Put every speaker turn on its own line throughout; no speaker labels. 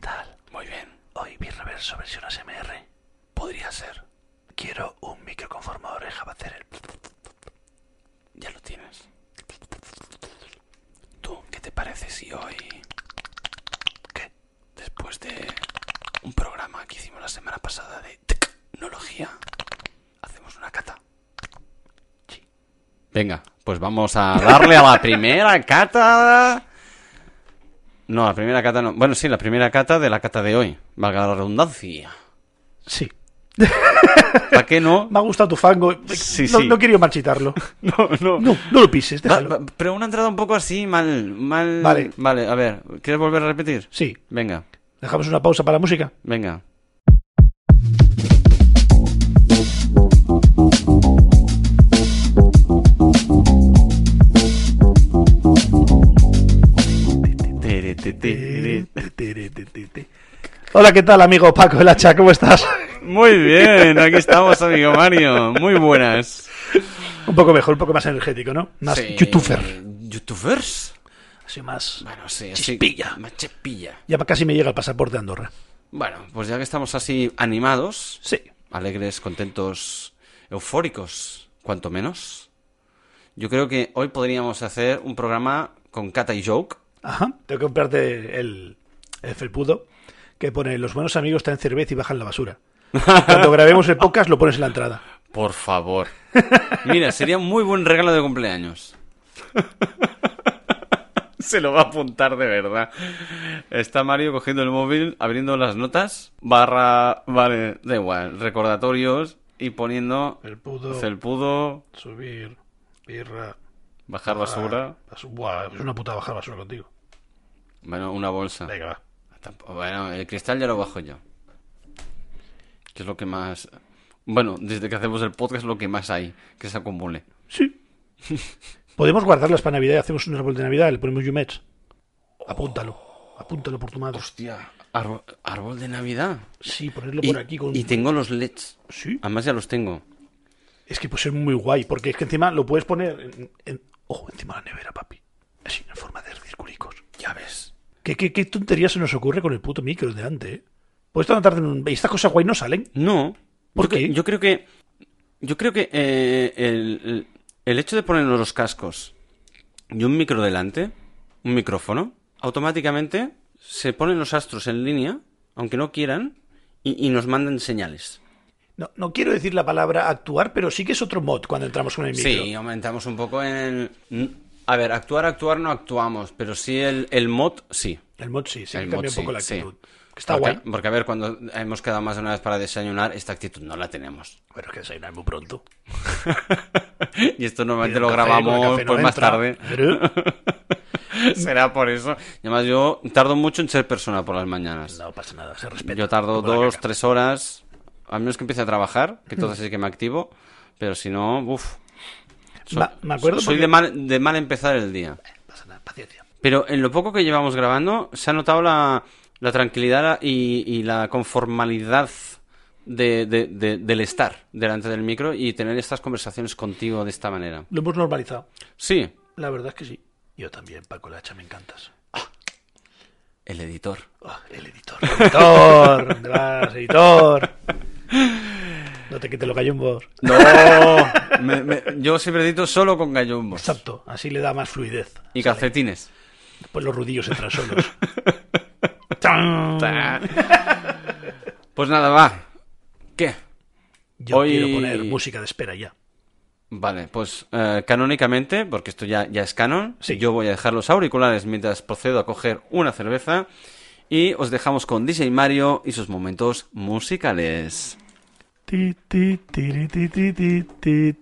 tal?
Muy bien.
Hoy mi reverso versión ASMR.
Podría ser.
Quiero un micro con forma de oreja para hacer el...
Ya lo tienes. ¿Tú qué te parece si hoy,
¿Qué?
después de un programa que hicimos la semana pasada de tecnología, hacemos una cata? Venga, pues vamos a darle a la primera cata. No, la primera cata no. Bueno, sí, la primera cata de la cata de hoy. Valga la redundancia.
Sí.
¿Para qué no?
Me ha gustado tu fango.
Sí,
no,
sí.
no quería marchitarlo.
No, no.
No, no lo pises,
Va-
déjalo.
va- pero una entrada un poco así, mal, mal.
Vale.
Vale, a ver, ¿quieres volver a repetir?
Sí,
Venga,
dejamos una pausa para la música.
venga. Eh.
Hola, ¿qué tal, amigo Paco el Hacha? ¿Cómo estás?
Muy bien, aquí estamos, amigo Mario. Muy buenas.
Un poco mejor, un poco más energético, ¿no? Más
Sí,
youtuber.
¿Youtubers?
Así más.
Bueno, sí, así.
Chispilla.
Más chispilla.
Ya casi me llega el pasaporte de Andorra.
Bueno, pues ya que estamos así animados,
Sí.
alegres, contentos, eufóricos, cuanto menos. Yo creo que hoy podríamos hacer un programa con Cata y Joke.
Ajá. Tengo que comprarte el, el felpudo que pone los buenos amigos traen cerveza y bajan la basura. Cuando grabemos el podcast lo pones en la entrada.
Por favor. Mira, sería un muy buen regalo de cumpleaños. Se lo va a apuntar de verdad. Está Mario cogiendo el móvil, abriendo las notas, barra, vale, da igual, recordatorios y poniendo
Felpudo,
celpudo,
subir, birra.
bajar basura.
basu- Buah, es una puta bajar basura contigo.
Bueno, una bolsa.
Venga, va.
Tampo- Bueno, el cristal ya lo bajo yo. Que es lo que más... Bueno, desde que hacemos el podcast lo que más hay, que se acumule.
Sí. Podemos guardarlas para Navidad y hacemos un árbol de Navidad, le ponemos Yumets. Apúntalo. Apúntalo por tu madre.
Hostia, árbol, árbol de Navidad.
Sí, ponerlo por aquí con.
y tengo los LEDs.
Sí.
Además ya los tengo.
Es que pues es muy guay, porque es que encima lo puedes poner. En, en- Ojo, encima de la nevera, papi. Así, en forma de circulicos.
Ya ves.
¿Qué, qué, qué tontería se nos ocurre con el puto micro de antes? eh? Pues esta tarde en un- Estas cosas guay no salen.
No.
¿Por
yo, cre-
qué?
Yo creo que... Yo creo que eh, el, el- el hecho de ponernos los cascos y un micro delante, un micrófono, automáticamente se ponen los astros en línea, aunque no quieran, y- y nos mandan señales.
No, no quiero decir la palabra actuar, pero sí que es otro mod cuando entramos con el micro.
Sí, aumentamos un poco en... A ver, actuar, actuar no actuamos, pero sí el, el mod, sí.
El mod sí, sí,
El
que
mod
cambia un
sí,
poco la
sí.
actitud. Que Está
porque,
guay.
Porque, a ver, cuando hemos quedado más de una vez para desayunar, esta actitud no la tenemos.
Bueno, es que desayunar muy pronto.
Y esto normalmente
El
lo
café, con el
grabamos
café no
pues, más
entra.
tarde.
Pero-
Será por eso. Y además yo tardo mucho en ser persona por las mañanas.
No pasa nada, se respeta.
yo tardo
Como la
dos,
caca.
tres horas, a menos que empiece a trabajar, que entonces sí que me activo, pero si no, uff.
Ma- me acuerdo
Soy
porque-
de mal, de mal empezar el día.
Pasa nada, paciencia.
Pero en lo poco que llevamos grabando, se ha notado la, la tranquilidad y, y la conformalidad de- de- de- del estar delante del micro y tener estas conversaciones contigo de esta manera.
Lo hemos normalizado.
Sí,
La verdad es que sí. Yo también, Paco Lacha, me encantas.
el editor.
Ah, el editor. Editor, ¿dónde vas, editor? No te quites los gallumbos.
No, me- me- yo siempre edito solo con gallumbos
Exacto, así le da más fluidez.
y calcetines.
Después los rudillos entran solos. Chan.
Pues nada, va. ¿Qué?
Yo
Hoy-
quiero poner música de espera ya.
Vale, pues eh, canónicamente, porque esto ya, ya es canon,
Sí.
yo voy a dejar los auriculares mientras procedo a coger una cerveza y os dejamos con DJ Mario y sus momentos musicales.
Ti, ti, tiri, ti, ti, ti, ti, ti,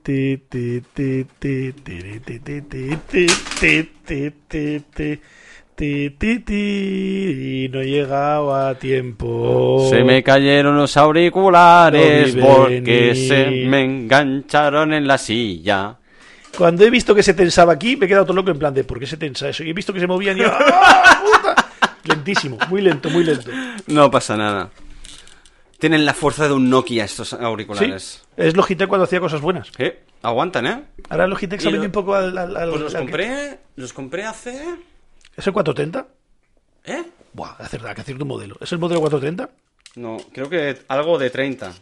ti, ti, ti, tiri, ti, ti, ti, ti, ti, ti, ti, ti, ti, ti, ti. No he llegado a tiempo.
Se me cayeron los
Lo
auriculares
vi
porque
venir.
se me engancharon en la silla.
Cuando he visto que se tensaba aquí, me he quedado todo loco en plan de ¿por qué se tensa eso? Y he visto que se movían y ¡ah, puta! Lentísimo, muy lento, muy lento.
No pasa nada. Tienen la fuerza de un Nokia estos
Sí,
auriculares.
es Logitech cuando hacía cosas buenas.
Eh, Aguantan, ¿eh?
Ahora Logitech se
Y
ha
lo-
venido un poco al... al- al-
Pues los
al-
compré, los compré hace...
¿Es el 480?
¿Eh?
Buah, acertar, que acierto un modelo. ¿Es el modelo 430?
No, creo que algo de 30.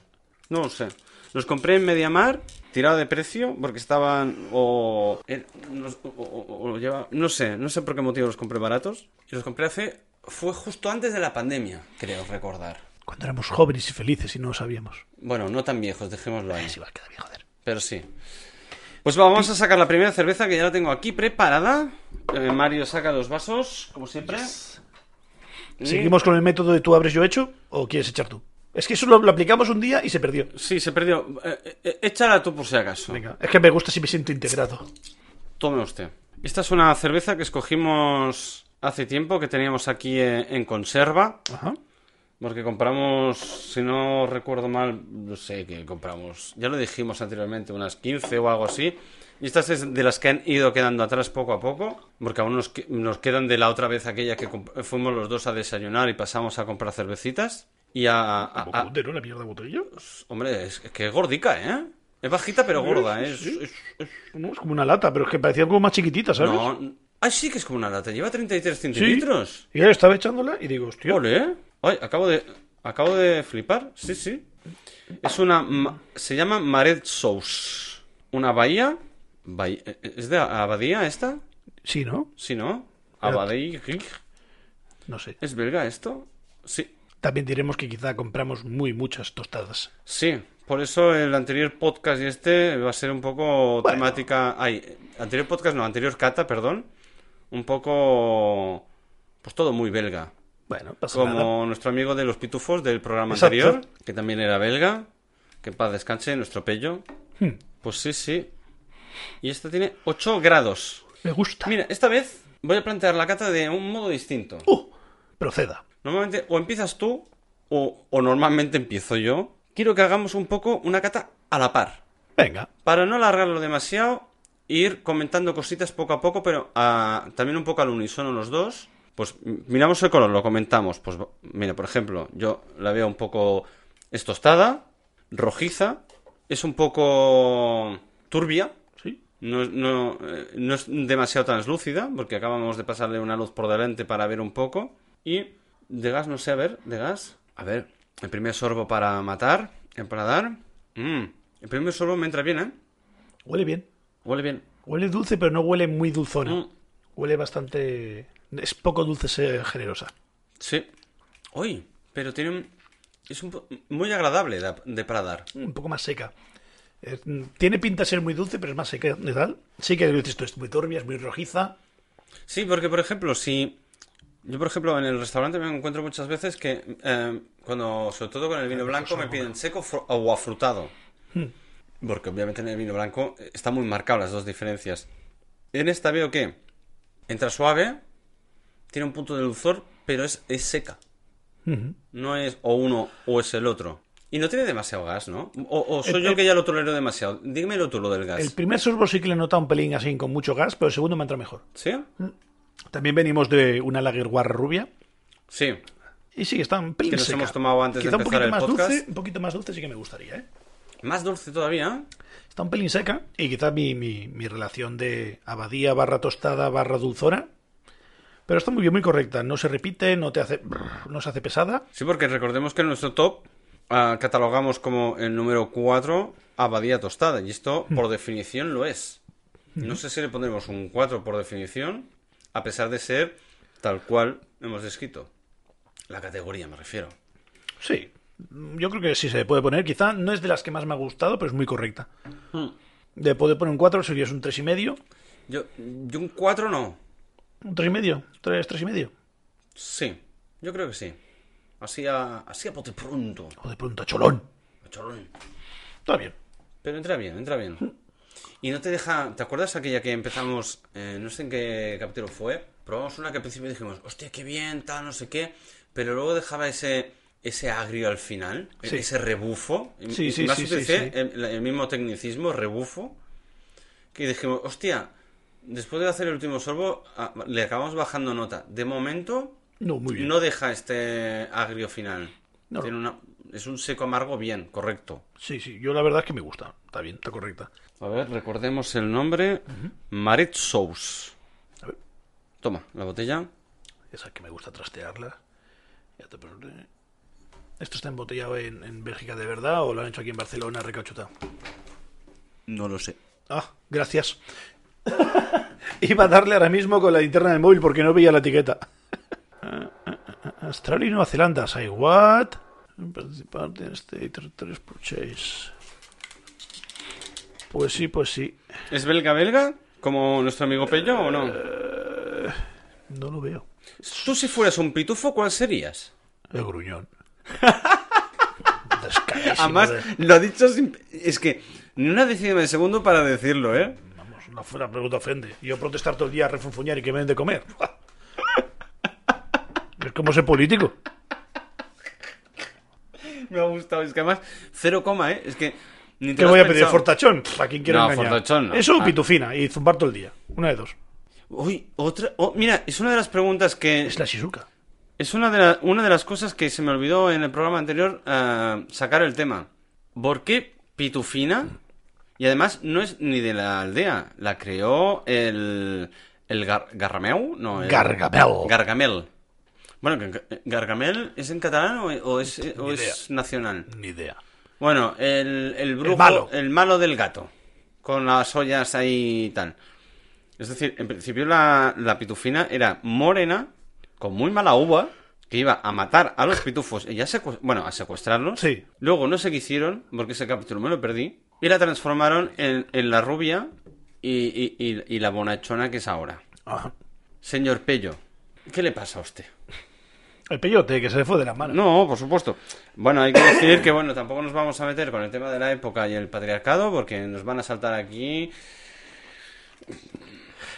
No lo sé. Los compré en Mediamar, tirado de precio, porque estaban o, er- los- o- o- o lo lleva- no sé, no sé por qué motivo los compré baratos. Y los compré hace fue justo antes de la pandemia, creo recordar.
Cuando éramos jóvenes y felices y no lo sabíamos.
Bueno, no tan viejos, dejémoslo ahí.
Se va a quedar bien, joder.
Pero sí. Pues va, vamos a sacar la primera cerveza que ya la tengo aquí preparada. Eh, Mario saca los vasos, como siempre. Y-
¿Seguimos con el método de tú abres, yo hecho? ¿O quieres echar tú? Es que eso lo, lo aplicamos un día y se perdió.
Sí, se perdió. Eh, eh, échala tú por si acaso.
Venga, es que me gusta si me siento integrado.
Tome usted. Esta es una cerveza que escogimos hace tiempo, que teníamos aquí eh, en conserva,
Ajá.
porque compramos, si no recuerdo mal, no sé qué compramos, ya lo dijimos anteriormente, unas 15 o algo así. Y estas es de las que han ido quedando atrás poco a poco, porque aún nos, que- nos quedan de la otra vez aquella que comp- fuimos los dos a desayunar y pasamos a comprar cervecitas. Y a... a- a-
Bocote, ¿no? La mierda botella.
hombre, es que es gordica, ¿eh? Es bajita pero gorda, ¿eh? Es- es- es
No, es como una lata, pero es que parecía como más chiquitita, ¿sabes?
No, n- ay, sí que es como una lata, lleva 33 centilitros.
Y yo estaba echándola y digo, hostia.
Ole, ¿eh? Ay, acabo de, acabo de flipar, sí, sí. Es una, ma- se llama Maret Sauce. Una bahía, bahía- eh, ¿es de Abadía esta?
Sí, ¿no?
Sí, ¿no? Abadía,
No sé.
¿es belga esto? Sí,
También diremos que quizá compramos muy muchas tostadas.
sí. Por eso el anterior podcast y este va a ser un
Bueno.
poco temática... Ay, anterior podcast no, anterior cata, perdón. Un poco... Pues todo muy belga.
Bueno, pasa
Como
nada.
nuestro amigo de los pitufos del programa
Exacto.
anterior, que también era belga, que en paz descanse, nuestro pello.
Hmm,
Pues sí, sí. Y esta tiene 8 grados.
me gusta.
Mira, esta vez voy a plantear la cata de un modo distinto.
Uh, proceda.
Normalmente o empiezas tú o, o normalmente empiezo yo. Quiero que hagamos un poco una cata a la par.
Venga.
Para no alargarlo demasiado, ir comentando cositas poco a poco, pero ah, también un poco al unísono los dos. Pues m- miramos el color, lo comentamos. Pues va- mira, por ejemplo, yo la veo un poco es tostada, rojiza, es un poco turbia,
Sí.
no, es- no, eh, no es demasiado translúcida, porque acabamos de pasarle una luz por delante para ver un poco. Y de gas, no sé, a ver, de gas. A ver, el primer sorbo para matar, el paladar. Mm, el primer sorbo me entra bien, ¿eh?
Huele bien.
Huele bien.
Huele dulce, pero no huele muy dulzona.
Mm,
Huele bastante. Es poco dulce ser generosa.
sí. Uy, pero tiene un... Es un po- muy agradable de, de paladar.
Un poco más seca. Eh, mm, tiene pinta de ser muy dulce, pero es más seca. ¿De tal? Sí que dices tú, es muy turbia, es muy rojiza.
Sí, porque por ejemplo, si... Yo, por ejemplo, en el restaurante me encuentro muchas veces que eh, cuando, sobre todo con el vino blanco, me piden seco fru- o afrutado. Porque obviamente en el vino blanco eh, está muy marcado las dos diferencias. En esta veo que entra suave, tiene un punto de dulzor, pero es, es seca.
Ujú.
No es o uno o es el otro. Y no tiene demasiado gas, ¿no? O, o soy
El-
yo
el-
que ya lo tolero demasiado. Dímelo tú lo del gas.
El primer sorbo sí que le nota un pelín así con mucho gas, pero el segundo me entra mejor.
¿Sí?
También venimos de una lagerguarra rubia.
Sí.
Y sí, está un pelín
Que nos
seca.
hemos tomado antes de
Quizá
empezar
un poquito
el
más
podcast.
Dulce, un poquito más dulce sí que me gustaría, ¿eh?
Más dulce todavía.
Está un pelín seca y quizá mi, mi- mi relación de abadía barra tostada barra dulzona. Pero está muy bien, muy correcta. No se repite, no te hace, no se hace pesada.
Sí, porque recordemos que en nuestro top ah, catalogamos como el número 4 abadía tostada. Y esto,
Mm.
por definición, lo es. No sé si le pondremos un 4 por definición, a pesar de ser tal cual hemos descrito. La categoría, me refiero.
Sí, yo creo que sí se le puede poner. Quizá no es de las que más me ha gustado, pero es muy correcta. Le puedo poner un 4, sería un 3,5.
Yo, yo un 4 no.
¿Un 3,5? ¿Tres, tres y medio?
Sí, yo creo que sí. Así a, así a bote pronto.
O de pronto, cholón.
Cholón.
Está bien.
Pero entra bien, entra bien. Y no te deja. ¿Te acuerdas aquella que empezamos? eh, no sé en qué capítulo fue. Probamos una que al principio dijimos, hostia, qué bien, tal, no sé qué. Pero luego dejaba ese, ese agrio al final, e-
Sí.
ese rebufo. Y-
Sí,
y
sí,
más
sí, sí,
utilicé
sí.
El, el mismo tecnicismo, rebufo. Que dijimos, hostia, después de hacer el último sorbo, a- le acabamos bajando nota. De momento,
No, muy bien.
no deja este agrio final.
No.
Tiene una- es un seco amargo bien, correcto.
Sí, sí, yo la verdad es que me gusta. Está bien, está correcta.
A ver, recordemos el nombre. Maret Sauce.
A ver.
Toma, la botella.
ya sabes que me gusta trastearlas. Ya te pregunté. ¿Esto está embotellado en, en Bélgica de verdad o lo han hecho aquí en Barcelona recauchutado?
No lo sé.
Ah, gracias. Iba a darle ahora mismo con la linterna del móvil porque no veía la etiqueta. Australia y Nueva Zelanda, ¿say what? Participante en este 3 purchase. Pues sí, pues sí.
¿Es belga belga? ¿Como nuestro amigo Pello o
Eh.
no?
No lo veo.
Tú si fueras un pitufo, ¿cuál serías?
El gruñón. Descaradísimo eh.
Además,
de-
lo ha dicho sin... Es que ni una décima de segundo para decirlo, ¿eh?
Vamos, no fue una pregunta ofende. Yo protestar todo el día, refunfuñar y que me den de comer. es como ser político.
Me ha gustado. Es que además, cero coma, ¿eh? Es que... Ni te
¿Qué
lo
voy
has
a pedir?
pensado.
¿Fortachón? ¿A quién quiero
No,
engañar?
fortachón no.
Eso o
Ah.
pitufina y zumbar todo el día. Una de dos.
Uy, otra... oh, mira, es una de las preguntas que...
Es la Shizuka.
Es una de, la- una de las cosas que se me olvidó en el programa anterior ah, sacar el tema. ¿Por qué Pitufina? Y además no es ni de la aldea. La creó el. el Gar- Garrameu? No, el-
Gargamel.
Gargamel. Bueno, que- que- ¿Gargamel es en catalán o, o es, o
Ni
es
idea.
nacional?
Ni idea.
Bueno, el, el brujo.
malo.
el malo del gato. Con las ollas ahí y tal. Es decir, en principio la, la pitufina era morena, con muy mala uva, que iba a matar a los pitufos y a secu- bueno, a secuestrarlos.
Sí.
Luego no sé qué hicieron, porque ese capítulo me lo perdí. Y la transformaron en, en la rubia y, y- y- y la bonachona que es ahora.
Ajá.
Señor Pello, ¿qué le pasa a usted?
El peyote que se le fue de las manos.
No, por supuesto. Bueno, hay que decir que bueno, tampoco nos vamos a meter con el tema de la época y el patriarcado, porque nos van a saltar aquí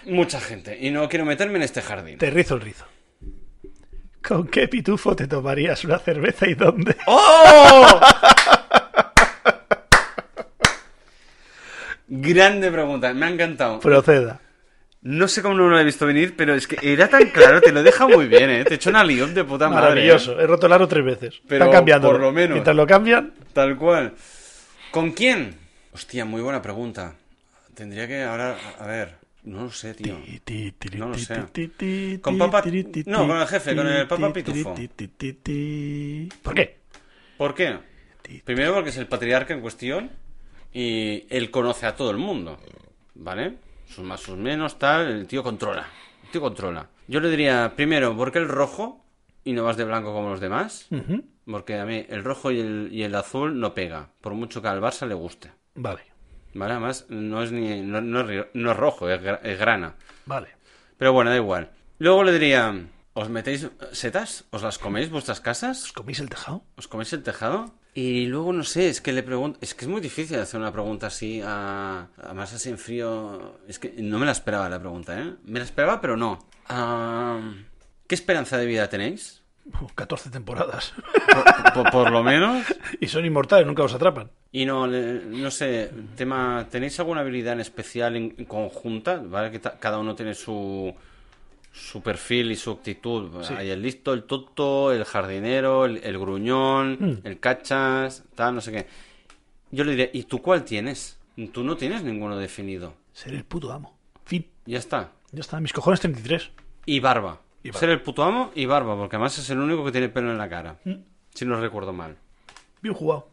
mucha gente. Y no quiero meterme en este jardín.
Te rizo el rizo. ¿Con qué pitufo te tomarías una cerveza y dónde?
¡Oh! Grande pregunta, me ha encantado.
Proceda.
No sé cómo no lo he visto venir, pero es que era tan claro, te lo deja muy bien, ¿eh? Te he hecho una lión de puta madre. ¿eh?
Maravilloso. He roto el aro tres veces.
Pero,
Están cambiando.
por lo menos.
Mientras lo cambian,
Tal cual. ¿Con quién? Hostia, muy buena pregunta. Tendría que ahora. A ver. No lo sé, tío. No lo sé. Con Papa- no, con el jefe, con el Papa Pitufo.
¿Por qué?
¿Por qué? Primero porque es el patriarca en cuestión y él conoce a todo el mundo. ¿Vale? Sus más, sus menos, tal. El tío controla. El tío controla. Yo le diría, primero, ¿por qué el rojo y no vas de blanco como los demás?
Ujú.
Porque a mí el rojo y el, y el azul no pega, por mucho que al Barça le guste.
Vale,
¿Vale? Además, no es, ni, no, no es ri- no es rojo, es gra- es grana.
vale.
Pero bueno, da igual. Luego le diría, ¿os metéis setas? ¿Os las coméis vuestras casas?
¿Os coméis el tejado?
¿Os coméis el tejado? Y luego no sé, es que le pregunto, es que es muy difícil hacer una pregunta así, a, además así en frío, es que no me la esperaba la pregunta, ¿eh? Me la esperaba, pero no. Ah, ¿Qué esperanza de vida tenéis?
Uf, 14 temporadas.
Por- por- por lo menos.
y son inmortales, nunca os atrapan.
Y no, le- no sé, tema, ¿tenéis alguna habilidad en especial en, en conjunta? ¿Vale? Que ta- cada uno tiene su, su perfil y su actitud.
Sí.
Hay el listo, el tonto, el jardinero, el, el gruñón,
Mm.
el cachas, tal, no sé qué. Yo le diría, ¿y tú cuál tienes? Tú no tienes ninguno definido.
Ser el puto amo. Fin.
Ya está.
Ya está, mis cojones 33.
Y barba.
Y barba.
Ser el puto amo y barba, porque además es el único que tiene pelo en la cara.
Mm.
Si no recuerdo mal.
Bien jugado.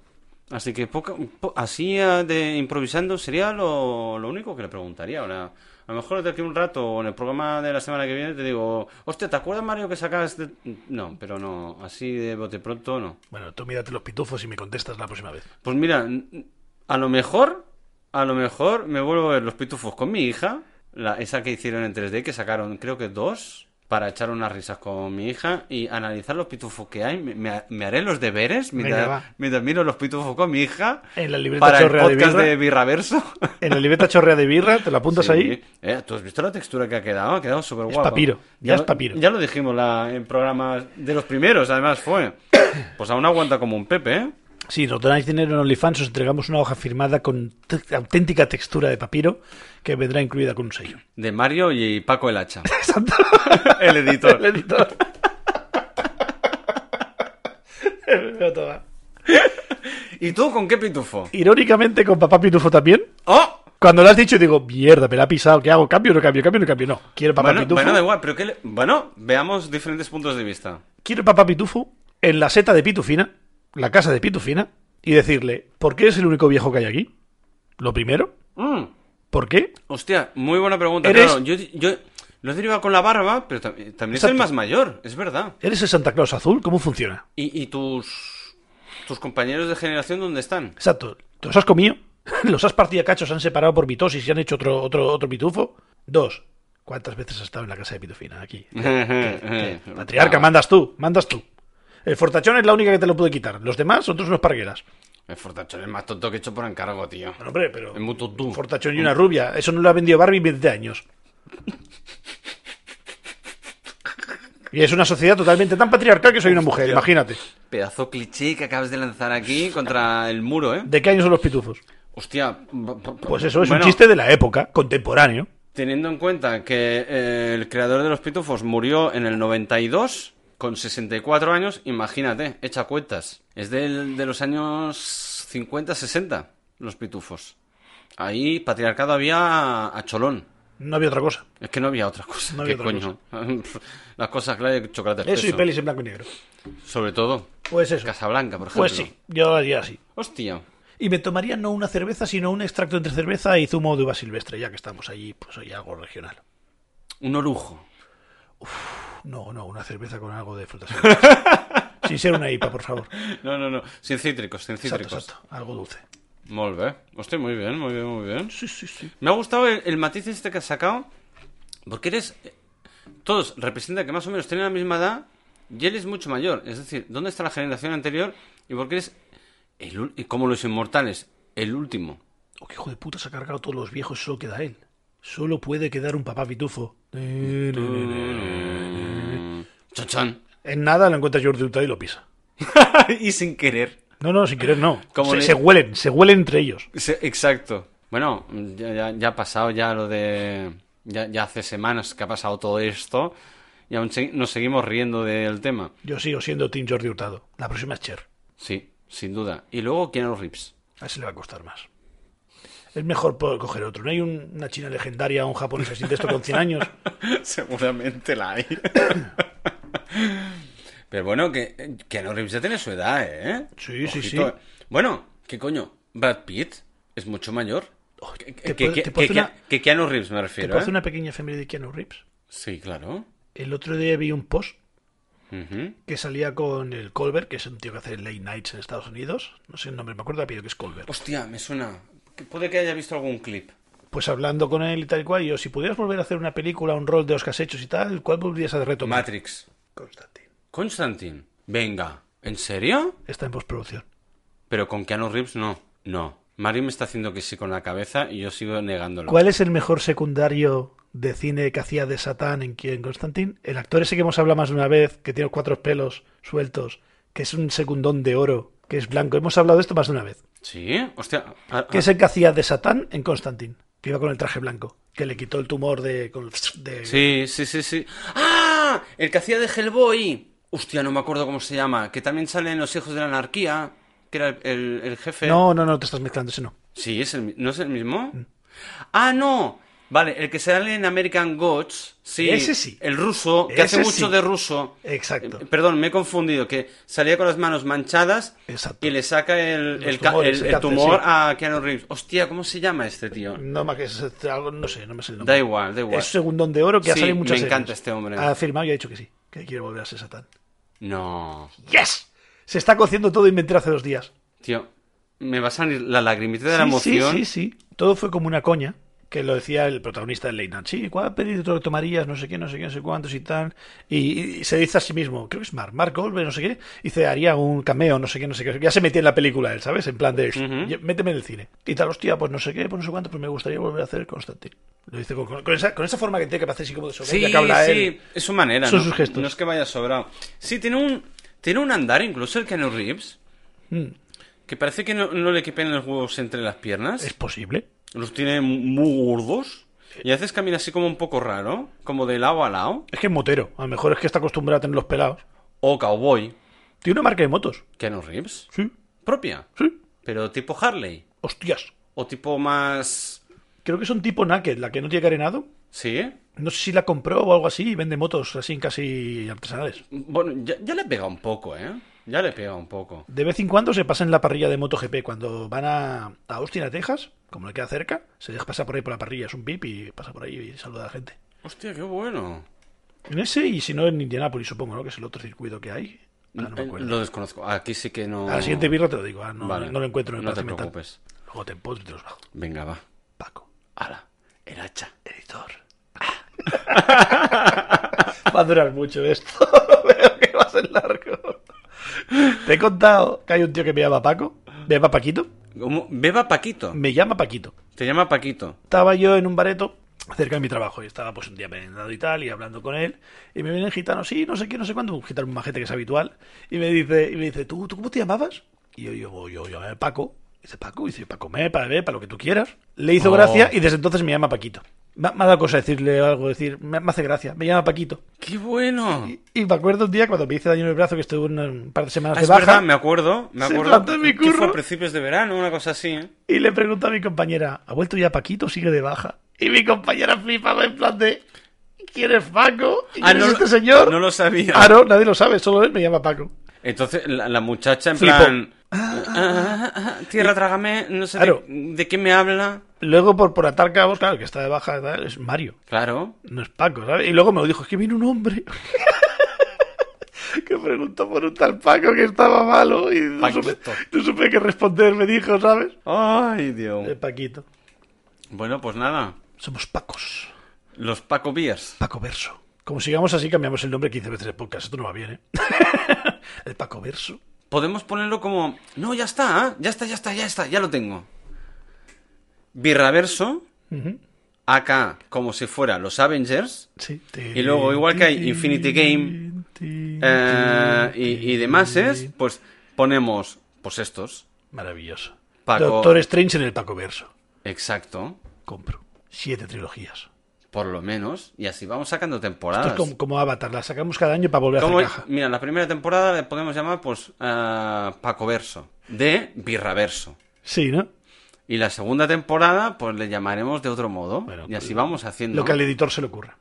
Así que poca- po- así eh, de improvisando sería lo, lo único que le preguntaría. Ahora, a lo mejor de aquí a un rato o en el programa de la semana que viene te digo, hostia, ¿te acuerdas Mario que sacas? de-?" No, pero no, así de bote pronto no.
Bueno, tú mírate los pitufos y me contestas la próxima vez.
Pues mira, n- a lo mejor, a lo mejor me vuelvo a ver los pitufos con mi hija, la, esa que hicieron en 3D, que sacaron creo que dos, para echar unas risas con mi hija y analizar los pitufos que hay. Me, me- me haré los deberes
Venga,
mientras,
va.
mientras miro los pitufos con mi hija.
En la libreta
Para el
chorrea de
podcast
birra.
de Birraverso.
En la libreta chorrea de birra, te la apuntas
Sí.
ahí.
Eh, ¿Tú has visto la textura que ha quedado? Ha quedado súper guapa.
papiro, ya es
lo-
papiro.
Ya lo dijimos la- en programas de los primeros, además fue. Pues aún aguanta como un Pepe, ¿eh?
Si nos donáis dinero en OnlyFans, os entregamos una hoja firmada con te- auténtica textura de papiro que vendrá incluida con un sello.
De Mario y Paco el Hacha.
Exacto.
El editor.
El editor. El primero todo va.
¿Y tú con qué pitufo?
Irónicamente con Papá Pitufo también,
¡Oh!
Cuando lo has dicho, digo, mierda, me la ha pisado, ¿qué hago? ¿Cambio no cambio? ¿Cambio no cambio? No. Quiero el papá
Bueno,
pitufo.
bueno, da igual, pero que... Bueno, veamos diferentes puntos de vista.
Quiero el papá pitufo en la seta de Pitufina, la casa de Pitufina, y decirle, ¿por qué es el único viejo que hay aquí? Lo primero,
Mm,
¿por qué?
hostia, muy buena pregunta.
Eres-
Claro, yo, yo lo he derivado con la barba, pero tam- eh, también es
Exacto.
el más mayor, es verdad.
¿Eres el Santa Claus azul? ¿Cómo funciona?
¿Y, y tus, tus compañeros de generación dónde están?
Exacto. ¿Te los has comido? ¿Los has partido a cachos? ¿Se han separado por mitosis y han hecho otro, otro, otro pitufo? Dos. ¿Cuántas veces has estado en la casa de pitufina aquí? Patriarca,
Ah.
mandas tú, mandas tú. El fortachón es la única que te lo pude quitar. Los demás son todos unos pargueras.
El fortachón es más tonto que he hecho por encargo, tío.
Bueno, hombre, pero...
Es muy tonto.
Un fortachón y una rubia. Eso no lo ha vendido Barbie en 20 años. Y es una sociedad totalmente tan patriarcal que soy una mujer, imagínate.
Pedazo cliché que acabas de lanzar aquí contra el muro, ¿eh?
¿De qué años son los pitufos?
Hostia.
Pues eso, es
Bueno,
un chiste de la época, contemporáneo.
Teniendo en cuenta que eh, el creador de los pitufos murió en el 92 con 64 años, imagínate, echa cuentas. Es del, de los años 50-60 los pitufos. Ahí patriarcado había a cholón.
No había otra cosa.
Es que no había otra cosa.
No
¿Qué
había otra Eh,
coño? Las cosas claras y chocolate
Eso y
espeso.
pelis en blanco y negro.
Sobre todo.
Pues eso.
Casablanca, por ejemplo.
Pues sí, yo lo haría así.
Hostia.
Y me tomaría no una cerveza, sino un extracto entre cerveza y zumo de uva silvestre, ya que estamos allí, pues hay algo regional.
Un orujo.
No, no, una cerveza con algo de frutas. silvestres. Sin ser una IPA, por favor.
No, no, no. Sin cítricos, sin
Exacto,
cítricos.
exacto. Algo dulce.
Molt bé. Hostia, muy bien, muy bien, muy bien.
Sí, sí, sí.
Me ha gustado el, el matiz este que has sacado. Porque eres. Todos representan que más o menos tienen la misma edad. Y él es mucho mayor. Es decir, ¿dónde está la generación anterior? Y porque eres. El, ul- y como los inmortales, el último.
Oh, qué hijo de puta se ha cargado todos los viejos, solo queda él. Solo puede quedar un papá pitufo.
Chan, chan.
En nada lo encuentra Jordi Hurtado y lo pisa.
y sin querer.
No, no, sin querer no.
Como
Se,
le-
se huelen, se huelen entre ellos.
Sí, Exacto. Bueno, ya, ya- ya ha pasado ya lo de... Ya, ya hace semanas que ha pasado todo esto y aún se- nos seguimos riendo del tema.
Yo sigo siendo Team Jordi Hurtado. La próxima es Cher.
Sí, sin duda. Y luego, ¿quién los rips?
A ese le va a costar más. Es mejor poder coger otro. ¿No hay un- una china legendaria, un japonés así de esto con 100 años?
Seguramente la hay. Pero bueno, que Keanu Reeves ya tiene su edad, ¿eh?
Sí, sí,
Ojito. Bueno, ¿qué coño? Brad Pitt es mucho mayor. Que-
te
que-
puedo-
que-
te puedo
que-
hacer una-
Que Keanu Reeves me
¿Te
refiero,
puedo
¿eh?
hacer una pequeña efeméride de Keanu Reeves?
Sí, claro.
El otro día vi un post
Ujú.
que salía con el Colbert, que es un tío que hace late nights en Estados Unidos. No sé el nombre, me acuerdo el apellido que es Colbert.
Hostia, me suena. Que Puede que haya visto algún clip.
Pues hablando con él y tal y cual, y yo, si pudieras volver a hacer una película, un rol de los que has hecho y tal, ¿cuál volverías a retomar?
Matrix.
Constantine.
Constantine. Venga. ¿En serio?
Está en postproducción.
Pero con Keanu Reeves no. No. Mario me está haciendo que sí con la cabeza y yo sigo negándolo.
¿Cuál es el mejor secundario de cine que hacía de Satán en en Constantine? El actor ese que hemos hablado más de una vez, que tiene cuatro pelos sueltos, que es un secundón de oro, que es blanco. Hemos hablado de esto más de una vez.
Sí, hostia. Ah,
¿Qué
ah,
es el que hacía de Satán en Constantine? Que iba con el traje blanco, que le quitó el tumor de... con- de-
Sí, sí, sí, sí. ¡Ah! El que hacía de Hellboy. Hostia, no me acuerdo cómo se llama. Que también sale en Los Hijos de la Anarquía. Que era el, el- el jefe.
No, no, no, te estás mezclando, ese no.
Sí, es el, mi- ¿no es el mismo? Ah, no. Vale, el que sale en American Gods. Sí.
Ese sí.
El ruso, que hace
Ese
mucho
sí.
de ruso.
Exacto.
Eh, Perdón, me he confundido, que salía con las manos manchadas
Exacto.
y le saca el,
Los
el ca-
tumores,
el-
el
el
cáncer,
tumor
sí.
a Keanu Reeves. Hostia, ¿cómo se llama este tío?
No más que es algo, no sé, no me sé el nombre.
Da igual, da igual.
Es segundón de oro que ha
Sí,
salido en muchas
me
series.
encanta este hombre.
Ha firmado y ha dicho que sí, que quiere volver a ser Satán.
No.
¡Yes! Se está cociendo todo inventé hace dos días.
Tío, me va a salir la lagrimita de la
Sí, sí,
emoción.
sí, sí. Todo fue como una coña, que lo decía el protagonista de Late Night. Sí, ¿cuál película tomarías? No sé qué, no sé qué, no sé cuántos y tal. Y, y se dice a sí mismo, creo que es Mark, Mark Goldberg, no sé qué, y se haría un cameo, no sé qué, no sé qué. Ya se metía en la película él, ¿sabes? En plan de, "Ye- méteme en el cine. Y tal, hostia, pues no sé qué, pues no sé cuánto, pues me gustaría volver a hacer Constantine. Lo dice con, con- con esa, con esa forma que tiene que hacer así como de soberbia que habla
sí,
él.
es su manera.
Son
¿no?
sus gestos.
No es que vaya sobrado. Sí, tiene un, tiene un andar incluso el Keanu Reeves.
Mm,
Que parece que no, no le quepen los huevos entre las piernas.
Es posible.
Los tiene muy gordos. Y a veces camina así como un poco raro. Como de lado a lado.
Es que es motero. A lo mejor es que está acostumbrado a tener los pelados.
O cowboy.
Tiene una marca de motos.
Keanu Reeves.
Sí,
Propia.
sí.
Pero tipo Harley.
Hostias.
O tipo más...
Creo que son tipo Naked, la que no tiene carenado.
¿Sí?
No sé si la compró o algo así y vende motos así casi artesanales.
Bueno, ya, ya le pega un poco, ¿eh? Ya le pega un poco.
De vez en cuando se pasa en la parrilla de MotoGP. Cuando van a, a Austin, a Texas, como le queda cerca, se les pasa por ahí por la parrilla. Es un VIP y pasa por ahí y saluda a la gente.
Hostia, qué bueno.
En ese y si no en Indianapolis, supongo, ¿no? Que es el otro circuito que hay. Ahora Ah, no me
Eh,
acuerdo.
Lo desconozco. Aquí sí que no.
A la siguiente birra te lo digo. Ah, no,
Vale.
no lo encuentro en el
No te
enlace mental.
preocupes.
Luego te empotro y te los bajo.
Venga, va.
Paco,
Ala, el hacha.
editor. Ah. va a durar mucho esto. Veo que va a ser largo. Te he contado que hay un tío que me llama Paco. Me llama Paquito.
¿Cómo? Beba Paquito.
Me llama Paquito.
Te llama Paquito.
estaba yo en un bareto cerca de mi trabajo y estaba pues un día merendando y tal y hablando con él y me viene el gitano sí no sé qué no sé cuánto un gitano un majete que es habitual y me dice y me dice tú, tú cómo te llamabas y yo yo yo, yo llamé Paco dice Paco dice Paco me para beber para lo que tú quieras le hizo
Oh.
gracia y desde entonces me llama Paquito me, ha- me ha dado cosa decirle algo decir me, me hace gracia me llama Paquito
¡Qué bueno!
y, y me acuerdo un día cuando me hice daño en el brazo que estuve una- un par de semanas
Ah,
de
es
baja
verdad, me acuerdo. Me
Se
acuerdo
plantó en mi
que fue
curro.
a principios de verano, una cosa así. ¿eh?
y le pregunto a mi compañera ¿ha vuelto ya Paquito o sigue de baja? y mi compañera flipaba en plan de ¿quién es Paco? ¿quién es
lo-
este señor?
Ah, No lo sabía.
Ah, no, nadie lo sabe, solo él me llama Paco.
Entonces, la, la muchacha en
Flipó.
plan. "Ah, ah, ah, ah, tierra, trágame, no sé
Claro.
de, de qué me habla.
Luego, por, por atar cabos, claro, el que está de baja y tal, es Mario,
Claro.
no es Paco, ¿sabes? Y luego me lo dijo, es que viene un hombre que preguntó por un tal Paco que estaba malo y no supe,
Paquito.
no supe qué responder, me dijo, ¿sabes?
Ay,
Eh,
Dios.
Paquito.
Bueno, pues nada.
Somos Pacos.
Los Paco Beers.
Paco Verso. Como sigamos así, cambiamos el nombre 15 veces de podcast. Esto no va bien, ¿eh? el Paco Verso.
Podemos ponerlo como. No, ya está, ¿eh? ya está, ya está, ya está, ya lo tengo. Birraverso,
Ujú.
acá como si fuera los Avengers,
Sí.
Y luego, igual que hay Infinity Game, eh, y, y demás es, pues ponemos, pues estos.
Maravilloso.
Paco-
Doctor Strange en el Paco Verso.
Exacto,
Compro. Siete trilogías.
por lo menos. Y así vamos sacando
Esto es
temporadas.
como, como Avatar, la sacamos cada año para volver a
Como-
hacer caja.
mira, la primera temporada le podemos llamar, pues, eh, Paco Verso, de Birraverso.
Sí, ¿no?
Y la segunda temporada, pues le llamaremos de otro modo.
Bueno, pues,
y así vamos haciendo.
Lo que al editor se le ocurra.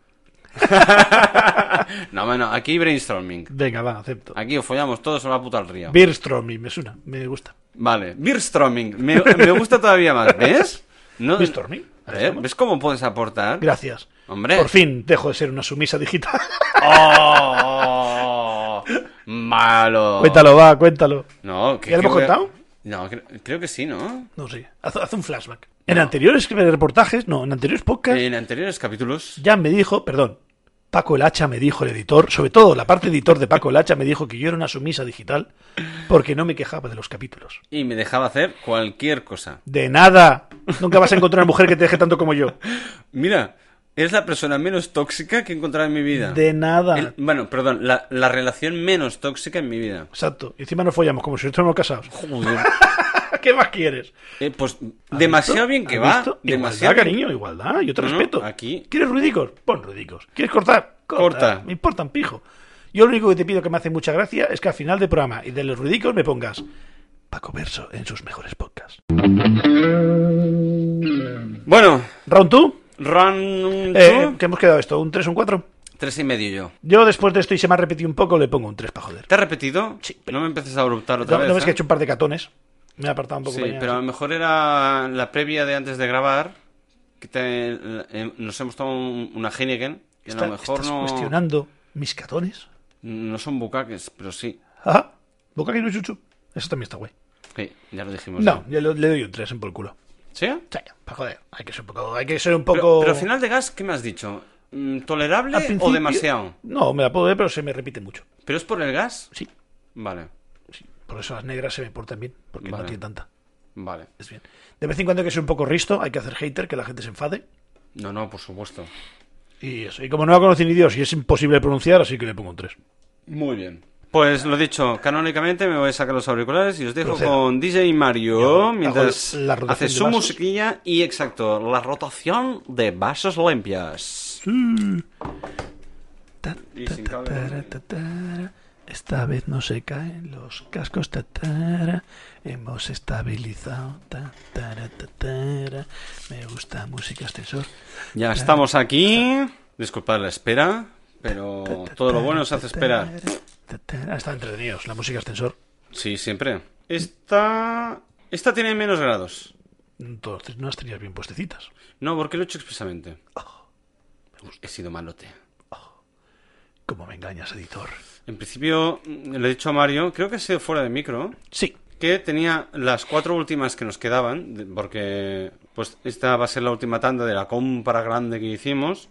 No, bueno, aquí brainstorming.
Venga, va, acepto.
Aquí os follamos todos a la puta al río.
Beerstroming, me suena, me gusta.
vale, brainstorming. Me, me gusta todavía más, ¿ves? No,
Beerstroming. ahí
¿Eh?
estamos.
¿Ves cómo puedes aportar?
Gracias.
Hombre.
Por fin dejo de ser una sumisa digital.
¡Oh! Malo.
cuéntalo, va, cuéntalo.
No, que
¿Ya lo
creo
hemos
que-
contado?
No, cre- creo, que sí, ¿no?
No sé, haz, haz un flashback. En anteriores reportajes, no, en anteriores podcasts,
En anteriores capítulos.
ya me dijo, perdón, Paco el Hacha me dijo el editor, sobre todo la parte editor de Paco el Hacha me dijo que yo era una sumisa digital porque no me quejaba de los capítulos.
Y me dejaba hacer cualquier cosa.
De nada. Nunca vas a encontrar una mujer que te deje tanto como yo.
Mira, es la persona menos tóxica que he encontrado en mi vida.
De nada.
El- bueno, perdón, la, la relación menos tóxica en mi vida.
Exacto. Y encima nos follamos como si estuviéramos casados.
Joder.
¿Qué más quieres?
Eh, pues demasiado bien que
¿Has
va.
visto?
Demasiado
Igualdad, cariño, igualdad. Yo te
No, no,
respeto.
aquí-
¿Quieres ruidicos? Pon ruidicos. ¿Quieres cortar?
Corta.
Me importa un pijo. Yo lo único que te pido que me hace mucha gracia es que al final del programa y de los ruidicos me pongas Paco Verso en sus mejores podcasts.
bien. Bueno,
¿Round 2?
Run
Eh, ¿Qué hemos quedado esto? ¿Un 3 o un 4?
Tres y medio yo.
Yo después de esto y se me ha repetido un poco, le pongo un 3 para joder.
¿Te has repetido?
Sí, pero-
No me empieces a abruptar otra
No,
vez.
no ves que he
¿eh?
hecho un par de catones. Me he apartado un poco.
Sí,
para allá,
pero a lo mejor era la previa de antes de grabar. Que te- eh, nos hemos tomado un- una Heineken. Que a
Está-
lo mejor
¿Estás
no,
cuestionando mis catones?
no son bucaques, pero sí.
Ajá. Boca que no chuchu. Eso también está guay.
Pues Sí, ya lo dijimos.
No, yo le, le doy un 3 en por el culo.
¿Sí?
Sí, pa' joder. Hay que ser un poco. Hay que ser un
Pero,
poco...
pero al final de gas, ¿qué me has dicho? Mm, ¿Tolerable
Al principio-
o demasiado?
No, me la puedo ver, pero se me repite mucho.
¿Pero es por el gas?
Sí,
Vale,
sí. Por eso las negras se me portan bien, porque no
Vale.
tienen tanta.
vale.
Es bien. De vez en cuando hay que ser un poco risto, hay que hacer hater, que la gente se enfade.
No, no, por supuesto.
Y eso. Y como no la conocí ni Dios y es imposible pronunciar, así que le pongo un 3.
Muy bien. Pues lo dicho, canónicamente me voy a sacar los auriculares y os dejo
Proceda.
con DJ
Yo
Mario
hago
mientras
la rotación
hace
de
su
vasos.
musiquilla y exacto, la rotación de vasos limpias.
Ta,
Y
ta,
sin
ta,
cable.
tara, ta, tara. Esta vez no se caen los cascos. ta, tara. Hemos estabilizado. ta, tara, ta, tara. Me gusta música ascensor.
Ya estamos aquí. Disculpad la espera, pero todo lo bueno se hace esperar.
Ah, están entretenidos, la música ascensor.
Sí, siempre. Esta. Esta tiene menos grados.
Entonces no las tenías bien puestecitas.
No, porque lo he hecho expresamente. He sido malote.
Como me engañas, editor.
En principio, mm, le he dicho a Mario, creo que ha sido fuera de micro,
Sí.
que tenía las cuatro últimas que nos quedaban, de- porque pues esta va a ser la última tanda de la compra grande que hicimos.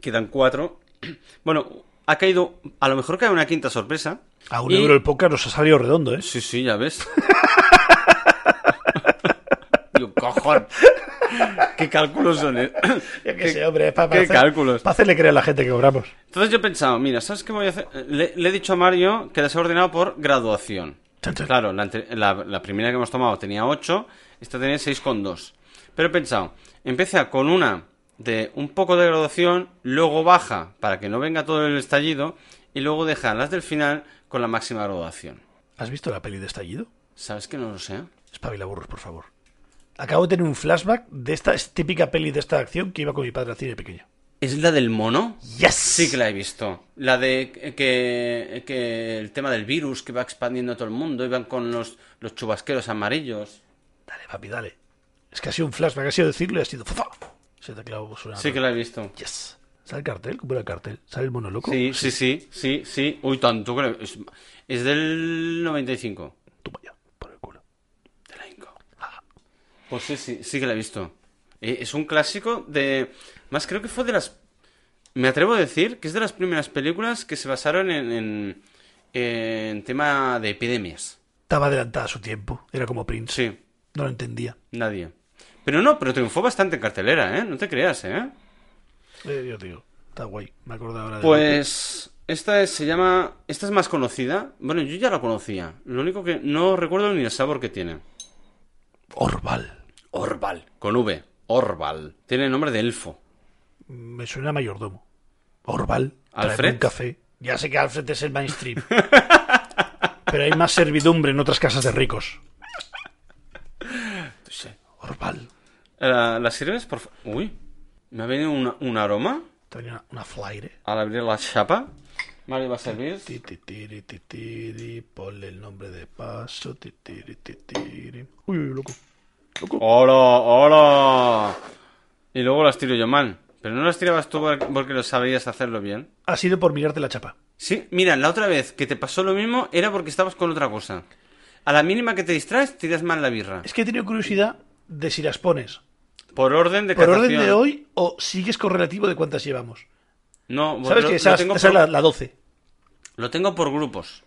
Quedan cuatro. Bueno, ha caído, a lo mejor cae una quinta sorpresa.
A un
Y-
euro el póker nos ha salido redondo, ¿eh?
Sí, sí, ya ves. Yo, cojón. ¿Qué cálculos son? eh?
Yo qué
¿Qué-
sé, hombre, para,
qué cálculos?
Para hacerle creer a la gente que cobramos.
Entonces yo he pensado, mira, ¿sabes qué voy a hacer? Eh, Le, le he dicho a Mario que las he ordenado por graduación.
Chan, chan.
Claro, la, ante- la- la primera que hemos tomado tenía 8, esta tenía 6,2. Pero he pensado, empieza con una de un poco de graduación, luego baja para que no venga todo el estallido y luego deja las del final con la máxima graduación.
¿Has visto la peli de estallido?
¿Sabes que no lo sé?
Espabila burros, por favor. Acabo de tener un flashback de esta es típica peli de esta acción que iba con mi padre al cine pequeño.
¿Es la del mono?
¡Yes!
Sí que la he visto. La de que, que el tema del virus que va expandiendo a todo el mundo, iban con los, los chubasqueros amarillos.
Dale, papi, dale. Es que ha sido un flashback, ha sido decirlo y ha sido... ¡Fafa! Se te ha clavado una...
Sí que la he visto.
¡Yes! ¿Sale el cartel? ¿Cómo era el cartel? ¿Sale el mono loco?
Sí, sí, sí, sí, sí. Uy, tanto que la- es, es del 95.
Tú vaya, por el culo.
De la Inco. Pues sí, sí, sí que la he visto. Eh, Es un clásico de... Más creo que fue de las... Me atrevo a decir que es de las primeras películas que se basaron en, en, en tema de epidemias.
Estaba adelantada a su tiempo. Era como Prince.
Sí.
No lo entendía.
Nadie. Pero no, pero triunfó bastante en cartelera, ¿eh? No te creas, ¿eh?
Eh, yo te digo, está guay. Me acuerdo ahora de...
Pues esta es- se llama... Esta es más conocida. Bueno, yo ya la conocía. Lo único que no recuerdo ni el sabor que tiene.
Orval.
Orval. Con V. Orval. Tiene nombre de elfo.
Me suena a mayordomo. Orval.
Alfred.
tráeme Un café. Ya sé que Alfred es el mainstream. pero hay más servidumbre en otras casas de ricos. Orval.
La- Eh, las sirves, por fa- Uy. Me ha venido una- un aroma
Te venía una, una flaire.
al abrir la chapa. Mario va a servir.
Ti, ti, tiri, ti, tiri, ponle el nombre de paso. Ti, tiri, ti, tiri. Uy, uy, loco.
¡Hola! ¡Hola! Y luego las tiro yo mal. Pero no las tirabas tú porque lo sabías hacerlo bien.
Ha sido por mirarte la chapa.
Sí, mira, la otra vez que te pasó lo mismo era porque estabas con otra cosa. A la mínima que te distraes, tiras mal la birra.
Es que he tenido curiosidad de si las pones
Por orden de
por orden
catación.
de hoy o sigues correlativo de cuántas llevamos.
No, bueno,
¿Sabes
lo,
que
lo
esa,
tengo
esa es
por,
la, la 12?
lo tengo por grupos.